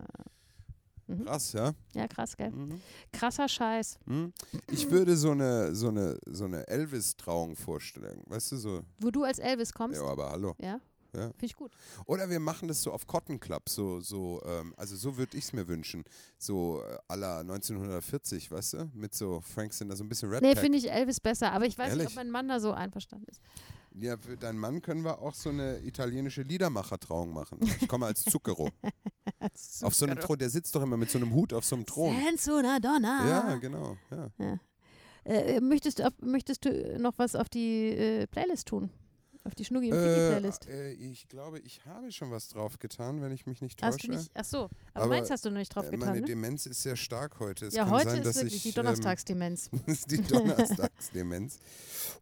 S1: krass, ja.
S2: ja krass, gell?
S1: Mhm.
S2: Krasser Scheiß.
S1: Hm? Ich würde so eine, so eine, so eine Elvis-Trauung vorstellen. Weißt du, so.
S2: Wo du als Elvis kommst,
S1: Ja,
S2: ja.
S1: aber hallo. Ja.
S2: Finde ich gut.
S1: Oder wir machen das so auf Cotton Club. So, so, ähm, also so würde ich es mir wünschen. So äh, à la 1940, weißt du? Mit so Frank Sinatra, so ein bisschen Red
S2: Nee,
S1: Pack.
S2: finde ich Elvis besser, aber ich weiß nicht,
S1: Ehrlich?
S2: ob mein Mann da so einverstanden ist.
S1: Ja, für deinen Mann können wir auch so eine italienische Liedermacher-Trauung machen. Ich komme als
S2: *laughs*
S1: Zucchero. auf so einem Thron, der sitzt doch immer mit so einem Hut auf so einem Thron.
S2: Senso una donna.
S1: Ja, genau. Ja.
S2: Äh, möchtest, du auf, möchtest du noch was auf die äh, Playlist tun? Auf die Schnuggi und Piggy
S1: Äh,
S2: Playlist?
S1: äh, ich glaube, ich habe schon was drauf getan, wenn ich mich nicht täusche.
S2: Hast du nicht, ach so, aber,
S1: Aber,
S2: meins hast du noch nicht drauf
S1: Äh,
S2: getan,
S1: Meine
S2: ne?
S1: Demenz ist sehr stark heute. Es
S2: Ja,
S1: kann
S2: heute
S1: sein, dass
S2: ist wirklich
S1: ich, *laughs*
S2: die Donnerstagsdemenz.
S1: Ähm, ist die Donnerstagsdemenz.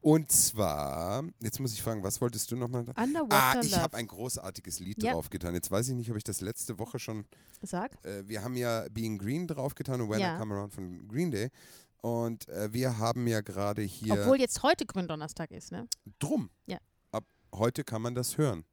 S1: Und zwar, jetzt muss ich fragen, was wolltest du nochmal? Ah,
S2: Underwater
S1: ich
S2: Love.
S1: habe ein großartiges Lied
S2: Ja.
S1: draufgetan. Jetzt weiß ich nicht, ob ich das letzte Woche schon.
S2: Sag.
S1: Äh, wir haben ja Being Green draufgetan und When
S2: Ja.
S1: I Come Around von Green Day. Und äh, wir haben ja gerade hier
S2: Obwohl jetzt heute Gründonnerstag ist, ne?
S1: drum.
S2: Ja.
S1: Ab heute kann man das hören.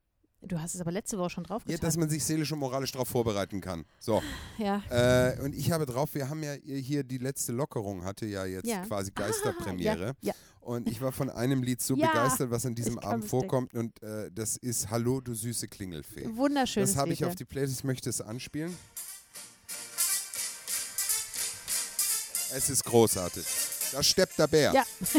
S2: Du hast es aber letzte Woche schon
S1: Ja, dass
S2: draufgetan.
S1: man sich seelisch und moralisch darauf vorbereiten kann. So.
S2: Ja,
S1: Äh, und ich habe drauf, wir haben ja hier die letzte Lockerung, hatte ja jetzt
S2: Ja.
S1: quasi
S2: ja,
S1: Geisterpremiere.
S2: ja.
S1: Und ich war von einem Lied so
S2: Ja.
S1: begeistert, was an diesem
S2: Ich kann
S1: Abend
S2: es
S1: vorkommt. Und äh, das ist Hallo, du süße Klingelfee.
S2: Wunderschönes
S1: Das habe
S2: Lied,
S1: ich auf
S2: ja.
S1: die Playlist, möchte es anspielen. Es ist großartig. Da steppt der Bär.
S2: Ja.
S1: *laughs*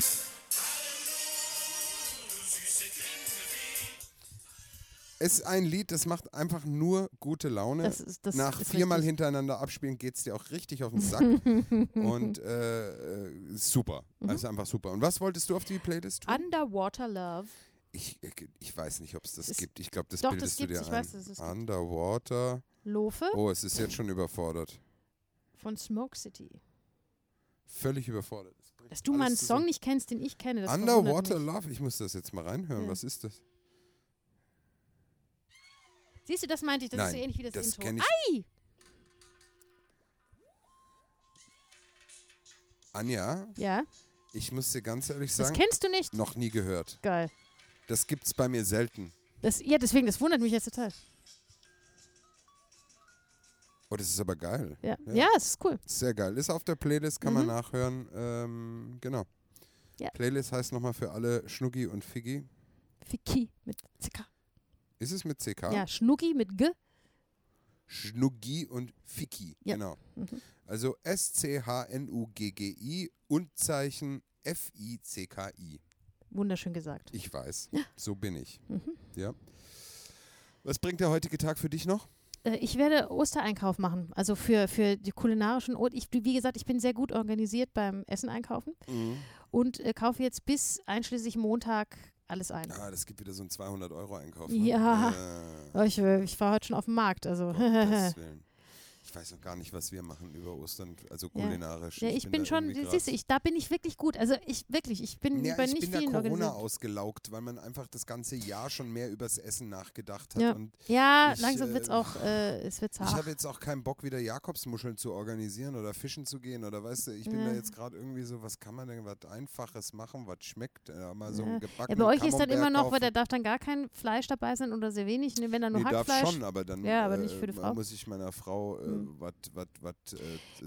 S1: Es ist ein Lied, das macht einfach nur gute Laune.
S2: Das ist- das
S1: Nach
S2: ist
S1: viermal
S2: richtig.
S1: hintereinander abspielen geht es dir auch richtig auf den
S2: *laughs*
S1: Sack. Und äh, äh, super.
S2: Mhm.
S1: Also einfach super. Und was wolltest du auf die Playlist tun?
S2: Underwater Love.
S1: Ich, äh, ich weiß nicht, ob es das
S2: Ist-
S1: gibt. Ich glaube, das
S2: Doch,
S1: bildest
S2: das
S1: du
S2: gibt's.
S1: dir
S2: Ich
S1: ein.
S2: weiß, dass es gibt.
S1: Underwater.
S2: Lofe
S1: Oh, es ist jetzt schon überfordert.
S2: von Smoke City.
S1: Völlig überfordert. Es bricht
S2: Dass du
S1: alles
S2: meinen Song
S1: zusammen.
S2: nicht kennst, den ich kenne. Das verwundert
S1: Underwater
S2: mich.
S1: Love. Ich muss das jetzt mal reinhören.
S2: Ja.
S1: Was ist das?
S2: Siehst du, das meinte ich. Das ist so
S1: Nein,
S2: ähnlich wie das,
S1: das
S2: Intro.
S1: kenn ich.
S2: Ei!
S1: Anja,
S2: Ja,
S1: ich muss dir ganz ehrlich
S2: das
S1: sagen,
S2: kennst du nicht.
S1: noch nie gehört.
S2: Geil.
S1: Das gibt's bei mir selten.
S2: Das, ja, deswegen, das wundert mich jetzt total.
S1: Oh, das ist aber geil.
S2: Ja,
S1: Ja.
S2: ja. es ist cool.
S1: Sehr geil. Ist auf der Playlist, kann man nachhören. Ähm, genau.
S2: Mhm. Ja.
S1: Playlist heißt nochmal für alle Schnucki und Figgi.
S2: Fiki mit CK.
S1: Ist es mit CK?
S2: Ja, Schnucki mit G.
S1: Schnuggi und Fiki.
S2: Ja.
S1: Genau.
S2: Mhm.
S1: Also S-C-H-N-U-G-G-I und Zeichen F-I-C-K-I.
S2: Wunderschön gesagt.
S1: Ich weiß. So bin ich.
S2: Mhm.
S1: Ja. Was bringt der heutige Tag für dich noch?
S2: Äh, ich werde Ostereinkauf machen. Also für, für die kulinarischen. Und ich, wie gesagt, ich bin sehr gut organisiert beim Essen einkaufen und äh, kaufe jetzt bis einschließlich Montag alles ein.
S1: Ah, das gibt wieder so einen 200-Euro-Einkauf.
S2: Ja.
S1: Ne? Äh,
S2: Aber Ich, äh, ich war heute schon auf dem Markt, also. *laughs*
S1: Gottes Willen. Ich weiß noch gar nicht, was wir machen über Ostern, also
S2: Ja.
S1: kulinarisch.
S2: Ja, ich bin,
S1: da
S2: schon,
S1: irgendwie
S2: siehst du,
S1: grad-
S2: ich, da bin ich wirklich gut. Also ich wirklich, ich bin
S1: Ja,
S2: bei
S1: ich
S2: nicht
S1: bin da
S2: vielen
S1: Corona
S2: organisiert.
S1: ausgelaugt, weil man einfach das ganze Jahr schon mehr übers Essen nachgedacht hat.
S2: Ja,
S1: Und
S2: ja
S1: Ich,
S2: langsam wird's
S1: äh,
S2: auch, äh, es wird's
S1: ich
S2: hart.
S1: habe jetzt auch keinen Bock, wieder Jakobsmuscheln zu organisieren oder fischen zu gehen oder weißt du, ich bin da
S2: Ja.
S1: jetzt gerade irgendwie so, was kann man denn was Einfaches machen, was schmeckt? Ja, mal so
S2: Ja.
S1: einen
S2: Ja,
S1: gebackenen
S2: bei euch ist dann
S1: Camembert
S2: immer noch,
S1: kaufen.
S2: weil da darf dann gar kein Fleisch dabei sein oder sehr wenig, ne, wenn dann nur
S1: Nee, darf
S2: Hackfleisch.
S1: schon, aber dann
S2: Ja, aber nicht für
S1: äh,
S2: die Frau.
S1: muss ich meiner Frau äh,
S2: Mhm.
S1: was, was, was. Äh,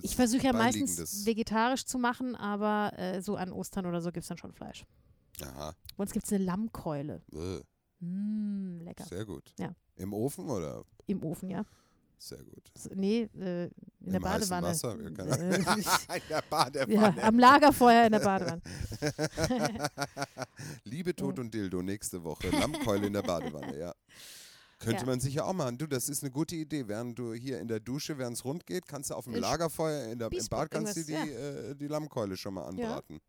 S2: Ich versuche ja meistens
S1: Beiliegendes.
S2: vegetarisch zu machen, aber äh, so an Ostern oder so gibt's dann schon Fleisch.
S1: Aha,
S2: Bei uns gibt's eine Lammkeule.
S1: äh,
S2: Mm, lecker.
S1: sehr gut.
S2: Ja.
S1: Im Ofen oder
S2: Im Ofen, ja.
S1: Sehr
S2: *laughs*
S1: gut.
S2: Nee, äh, in der
S1: Im heißen
S2: Badewanne.
S1: Wasser, ja, keine Ahnung.
S2: Äh,
S1: *laughs*
S2: *laughs*
S1: Ah, in der Badewanne.
S2: ja, am Lagerfeuer
S1: *laughs*
S2: in der Badewanne.
S1: Liebe, Tod und Dildo nächste
S2: *laughs*
S1: Woche. Lammkeule in der Badewanne, ja. Könnte
S2: Ja.
S1: man sich ja auch machen. Du, das ist eine gute Idee. Während du hier in der Dusche, während es rund geht, kannst du auf dem
S2: Äh,
S1: Lagerfeuer in der, im
S2: Spießbrot,
S1: Bad kannst du die,
S2: irgendwas,
S1: äh, die Lammkeule schon mal anbraten.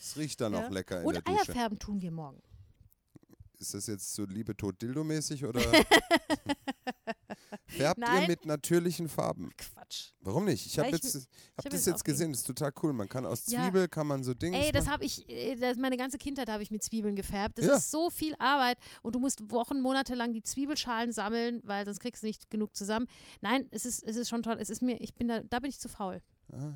S1: Es riecht dann
S2: Ja.
S1: auch lecker in der
S2: Und
S1: Dusche.
S2: Eierfärben tun wir morgen.
S1: Ist das jetzt so Liebe, Tod, Dildo-mäßig oder?
S2: *laughs*
S1: Färbt ihr
S2: Nein.
S1: mit natürlichen Farben?
S2: Quatsch.
S1: Warum nicht? Ich habe
S2: Weil ich
S1: jetzt, hab
S2: hab
S1: das
S2: jetzt
S1: jetzt
S2: auch gegen-
S1: gesehen, das ist total cool. Man kann aus
S2: Ja.
S1: Zwiebel, kann man so Dinge
S2: Ey, das
S1: machen.
S2: habe ich, äh, das, meine ganze Kindheit habe ich mit Zwiebeln gefärbt. Das
S1: ne? Ja.
S2: ist so viel Arbeit und du musst Wochen, Monate lang die Zwiebelschalen sammeln, weil sonst kriegst du nicht genug zusammen. Nein, es ist, es ist schon toll. Es ist mir, ich bin da, da bin ich zu faul.
S1: Ah.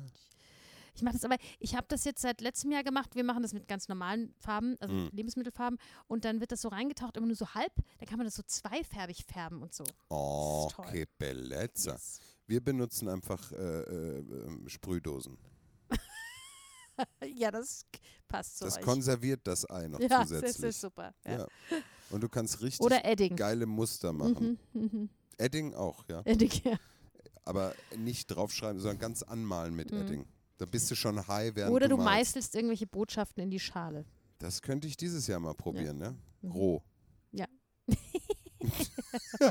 S2: Ich mache das aber, ich habe das jetzt seit letztem Jahr gemacht. Wir machen das mit ganz normalen Farben, also
S1: Mhm.
S2: Lebensmittelfarben und dann wird das so reingetaucht, immer nur so halb. Dann kann man das so zweifärbig färben und so.
S1: Oh,
S2: toll.
S1: que bellezza.
S2: Yes.
S1: Wir benutzen einfach äh, äh, ähm, Sprühdosen.
S2: Ja, das k- passt zu
S1: das
S2: euch.
S1: konserviert das Ei noch
S2: *laughs* ja,
S1: zusätzlich.
S2: das ist super. Ja.
S1: Ja. Und du kannst richtig
S2: Oder Edding.
S1: geile Muster machen.
S2: Mhm, mhm.
S1: Edding auch, ja.
S2: Edding, ja.
S1: Aber nicht draufschreiben, sondern ganz anmalen mit
S2: Mhm.
S1: Edding. Da bist du schon high, während
S2: Oder
S1: du
S2: du
S1: malst.
S2: meißelst irgendwelche Botschaften in die Schale.
S1: Das könnte ich dieses Jahr mal probieren, ne?
S2: Mhm.
S1: Roh. *laughs*
S2: Ja.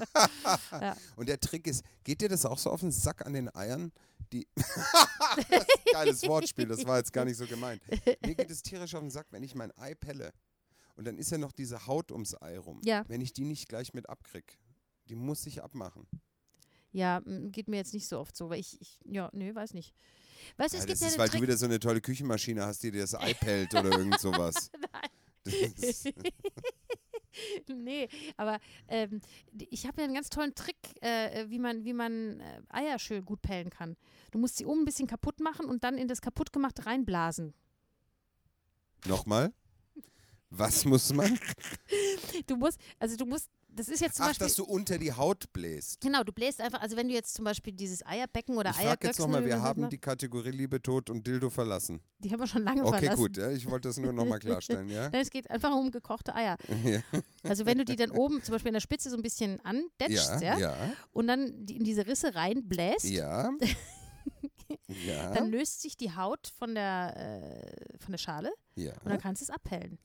S1: Und der Trick ist, geht dir das auch so auf den Sack an den Eiern? Die *laughs* Geiles Wortspiel, das war jetzt gar nicht so gemeint. Mir geht es tierisch auf den Sack, wenn ich mein Ei pelle. Und dann ist ja noch diese Haut ums Ei rum.
S2: Ja.
S1: Wenn ich die nicht gleich mit abkrieg, die muss ich abmachen.
S2: Ja, m, geht mir jetzt nicht so oft so, weil ich, ich ja, nö, weiß nicht. Weißt du,
S1: Ja, das
S2: es gibt ja
S1: ist,
S2: den
S1: weil
S2: Trick. *laughs*
S1: du wieder so eine tolle Küchenmaschine hast, die dir das Ei pellt oder irgend
S2: *laughs*
S1: sowas. *laughs* Das ist-
S2: nee, aber ähm, d- ich habe ja einen ganz tollen Trick, äh, äh, wie man, wie man äh, Eier schön gut pellen kann. Du musst sie oben ein bisschen kaputt machen und dann in das kaputtgemachte reinblasen.
S1: Nochmal? Was muss man?
S2: Du musst, also du musst, das ist jetzt zum
S1: Ach,
S2: Beispiel.
S1: dass du unter die Haut bläst.
S2: genau, du bläst einfach, also wenn du jetzt zum Beispiel dieses Eierbecken oder
S1: Ich frag jetzt
S2: Eiergöcksen,
S1: nochmal,
S2: wie
S1: wir
S2: man das
S1: haben
S2: macht-
S1: die Kategorie Liebe, Tod und Dildo verlassen.
S2: die haben wir schon lange
S1: Okay,
S2: verlassen.
S1: gut, ja, ich wollte das nur nochmal klarstellen,
S2: *laughs*
S1: ja?
S2: Nein, es geht einfach um gekochte Eier. Also wenn du die dann oben zum Beispiel in der Spitze so ein bisschen andetschst, ja,
S1: Ja, ja,
S2: und dann die in diese Risse reinbläst,
S1: ja.
S2: *laughs*
S1: Ja,
S2: dann löst sich die Haut von der, äh, von der Schale und
S1: ja.
S2: dann kannst du es abhellen.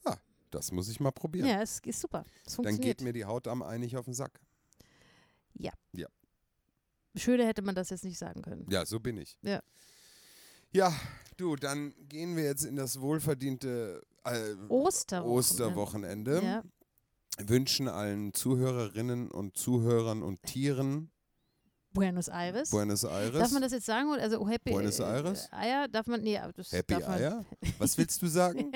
S1: Das muss ich mal
S2: Ja,
S1: probieren.
S2: es ist super. Es
S1: Dann
S2: funktioniert.
S1: geht mir die Haut am Ei nicht auf den Sack.
S2: Schöner hätte man das jetzt nicht sagen können.
S1: Ja, so bin ich.
S2: Ja.
S1: Ja, du, dann gehen wir jetzt in das wohlverdiente äh,
S2: Osterwochenende.
S1: Osterwochenende.
S2: Ja.
S1: Wünschen allen Zuhörerinnen und Zuhörern und Tieren
S2: Buenos Aires.
S1: Buenos Aires.
S2: Darf man das jetzt sagen? Oder? Also oh, happy,
S1: Buenos
S2: äh,
S1: Aires?
S2: Äh, Eier darf man, nee, aber das
S1: Happy
S2: darf man. *laughs*
S1: Eier? Was willst du sagen?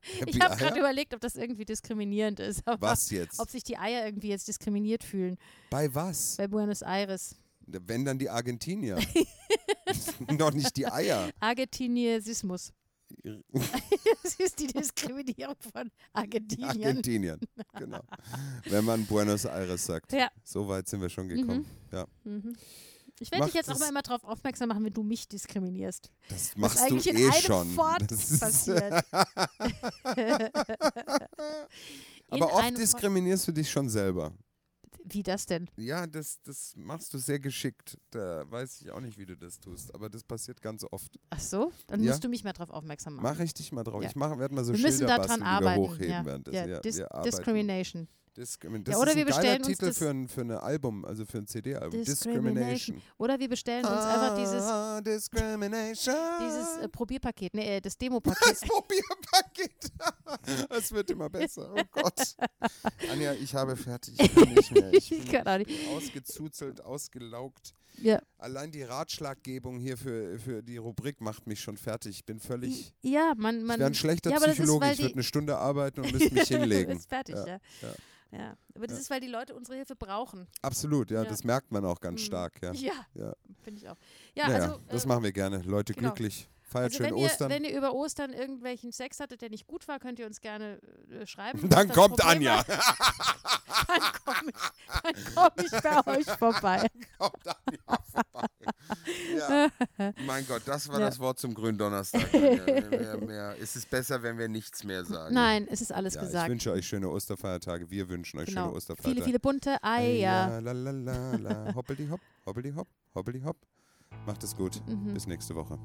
S1: Happy
S2: Ich habe gerade
S1: Eier?
S2: überlegt, ob das irgendwie diskriminierend ist. Aber
S1: Was jetzt?
S2: Ob sich die Eier irgendwie jetzt diskriminiert fühlen
S1: Bei was?
S2: bei Buenos Aires.
S1: Wenn dann die
S2: *laughs*
S1: Argentinier. *laughs* Noch nicht die Eier.
S2: Argentiniesismus. *laughs* Das ist die Diskriminierung von Argentiniern.
S1: Argentinien. Genau. Wenn man Buenos Aires sagt.
S2: Ja. Mhm.
S1: So weit sind wir schon gekommen. Ja.
S2: Ich werde
S1: Macht
S2: dich jetzt auch
S1: es-
S2: mal immer darauf aufmerksam machen, wenn du mich diskriminierst.
S1: Das machst
S2: eigentlich
S1: du
S2: in
S1: eh
S2: einem
S1: schon.
S2: Fort
S1: Das ist-
S2: passiert. In
S1: *laughs* aber oft
S2: einem Fort-
S1: diskriminierst du dich schon selber.
S2: Wie das denn?
S1: Ja, das, das machst du sehr geschickt. Da weiß ich auch nicht, wie du das tust, aber das passiert ganz oft.
S2: Ach so? Dann
S1: Ja.
S2: musst du mich mal drauf aufmerksam machen.
S1: Mache ich dich mal drauf.
S2: Ja.
S1: Ich mache, werde mal so
S2: wir müssen
S1: Schilder
S2: daran
S1: basteln,
S2: arbeiten.
S1: die wir hochheben
S2: ja.
S1: während des
S2: ja.
S1: ja,
S2: Dis
S1: wir arbeiten.
S2: Discrimination.
S1: Discrimin das
S2: Ja, oder
S1: ist ein
S2: wir
S1: geiler
S2: bestellen uns
S1: Titel
S2: das-
S1: für ein, für ein Album, also für ein CD-Album. Discrimination.
S2: Oder wir bestellen uns einfach dieses,
S1: Ah, Discrimination.
S2: dieses äh, Probierpaket, nee, äh, das
S1: *laughs* das *laughs*
S2: Demopaket.
S1: Probierpaket. Es wird immer besser. Oh Gott. Anja, ich habe fertig. Ich kann nicht *laughs* mehr. Ich bin,
S2: Ich kann auch nicht.
S1: bin ausgezuzelt, ausgelaugt.
S2: ja.
S1: Allein die Ratschlaggebung hier für, für die Rubrik macht mich schon fertig. Ich bin völlig.
S2: ja, man,
S1: Ich
S2: man.
S1: wäre ein schlechter
S2: ja, aber das ist,
S1: Psychologe.
S2: weil
S1: Ich würde
S2: die-
S1: eine Stunde arbeiten und
S2: *laughs*
S1: müsste mich hinlegen.
S2: ist
S1: *laughs*
S2: fertig,
S1: Ja,
S2: ja.
S1: ja.
S2: ja. Aber das ist, weil die Leute unsere Hilfe brauchen.
S1: Absolut, ja,
S2: Ja.
S1: das merkt man auch ganz
S2: Mhm.
S1: stark. Ja.
S2: Ja,
S1: Ja.
S2: finde ich auch. Ja,
S1: naja,
S2: also,
S1: das
S2: äh,
S1: machen wir gerne. Leute
S2: genau.
S1: glücklich. Feiert
S2: also
S1: schön
S2: wenn,
S1: Ostern. *laughs*
S2: Ihr, wenn ihr über Ostern irgendwelchen Sex hattet, der nicht gut war, könnt ihr uns gerne
S1: *laughs*
S2: äh, schreiben. was
S1: Dann
S2: das
S1: kommt
S2: Problem
S1: Anja.
S2: *laughs* war.
S1: *laughs*
S2: Dann komme ich, dann komm ich bei euch vorbei.
S1: kommt Anja vorbei. *laughs* Ja. *laughs* Mein Gott, das war
S2: Ja.
S1: das Wort zum *laughs* Gründonnerstag. Mehr, mehr, mehr. Es ist besser, wenn wir nichts mehr sagen.
S2: Nein, es ist alles
S1: Ja, ich
S2: gesagt.
S1: wünsche euch schöne Osterfeiertage. Wir wünschen euch schöne
S2: Genau.
S1: Osterfeiertage.
S2: Viele, viele bunte Eier.
S1: La, la, la, la. Hoppeldi hopp, hoppeldi hopp, hoppeldi hopp. Macht es gut.
S2: Mhm.
S1: Bis nächste Woche.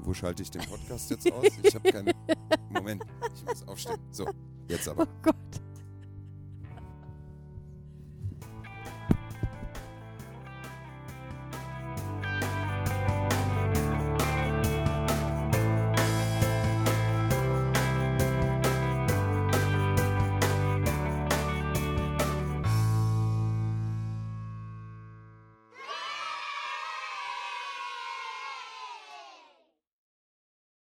S1: Wo schalte
S2: *laughs*
S1: ich den Podcast jetzt aus? Ich habe keine. Moment, ich muss aufstehen. So, jetzt aber.
S2: Oh Gott.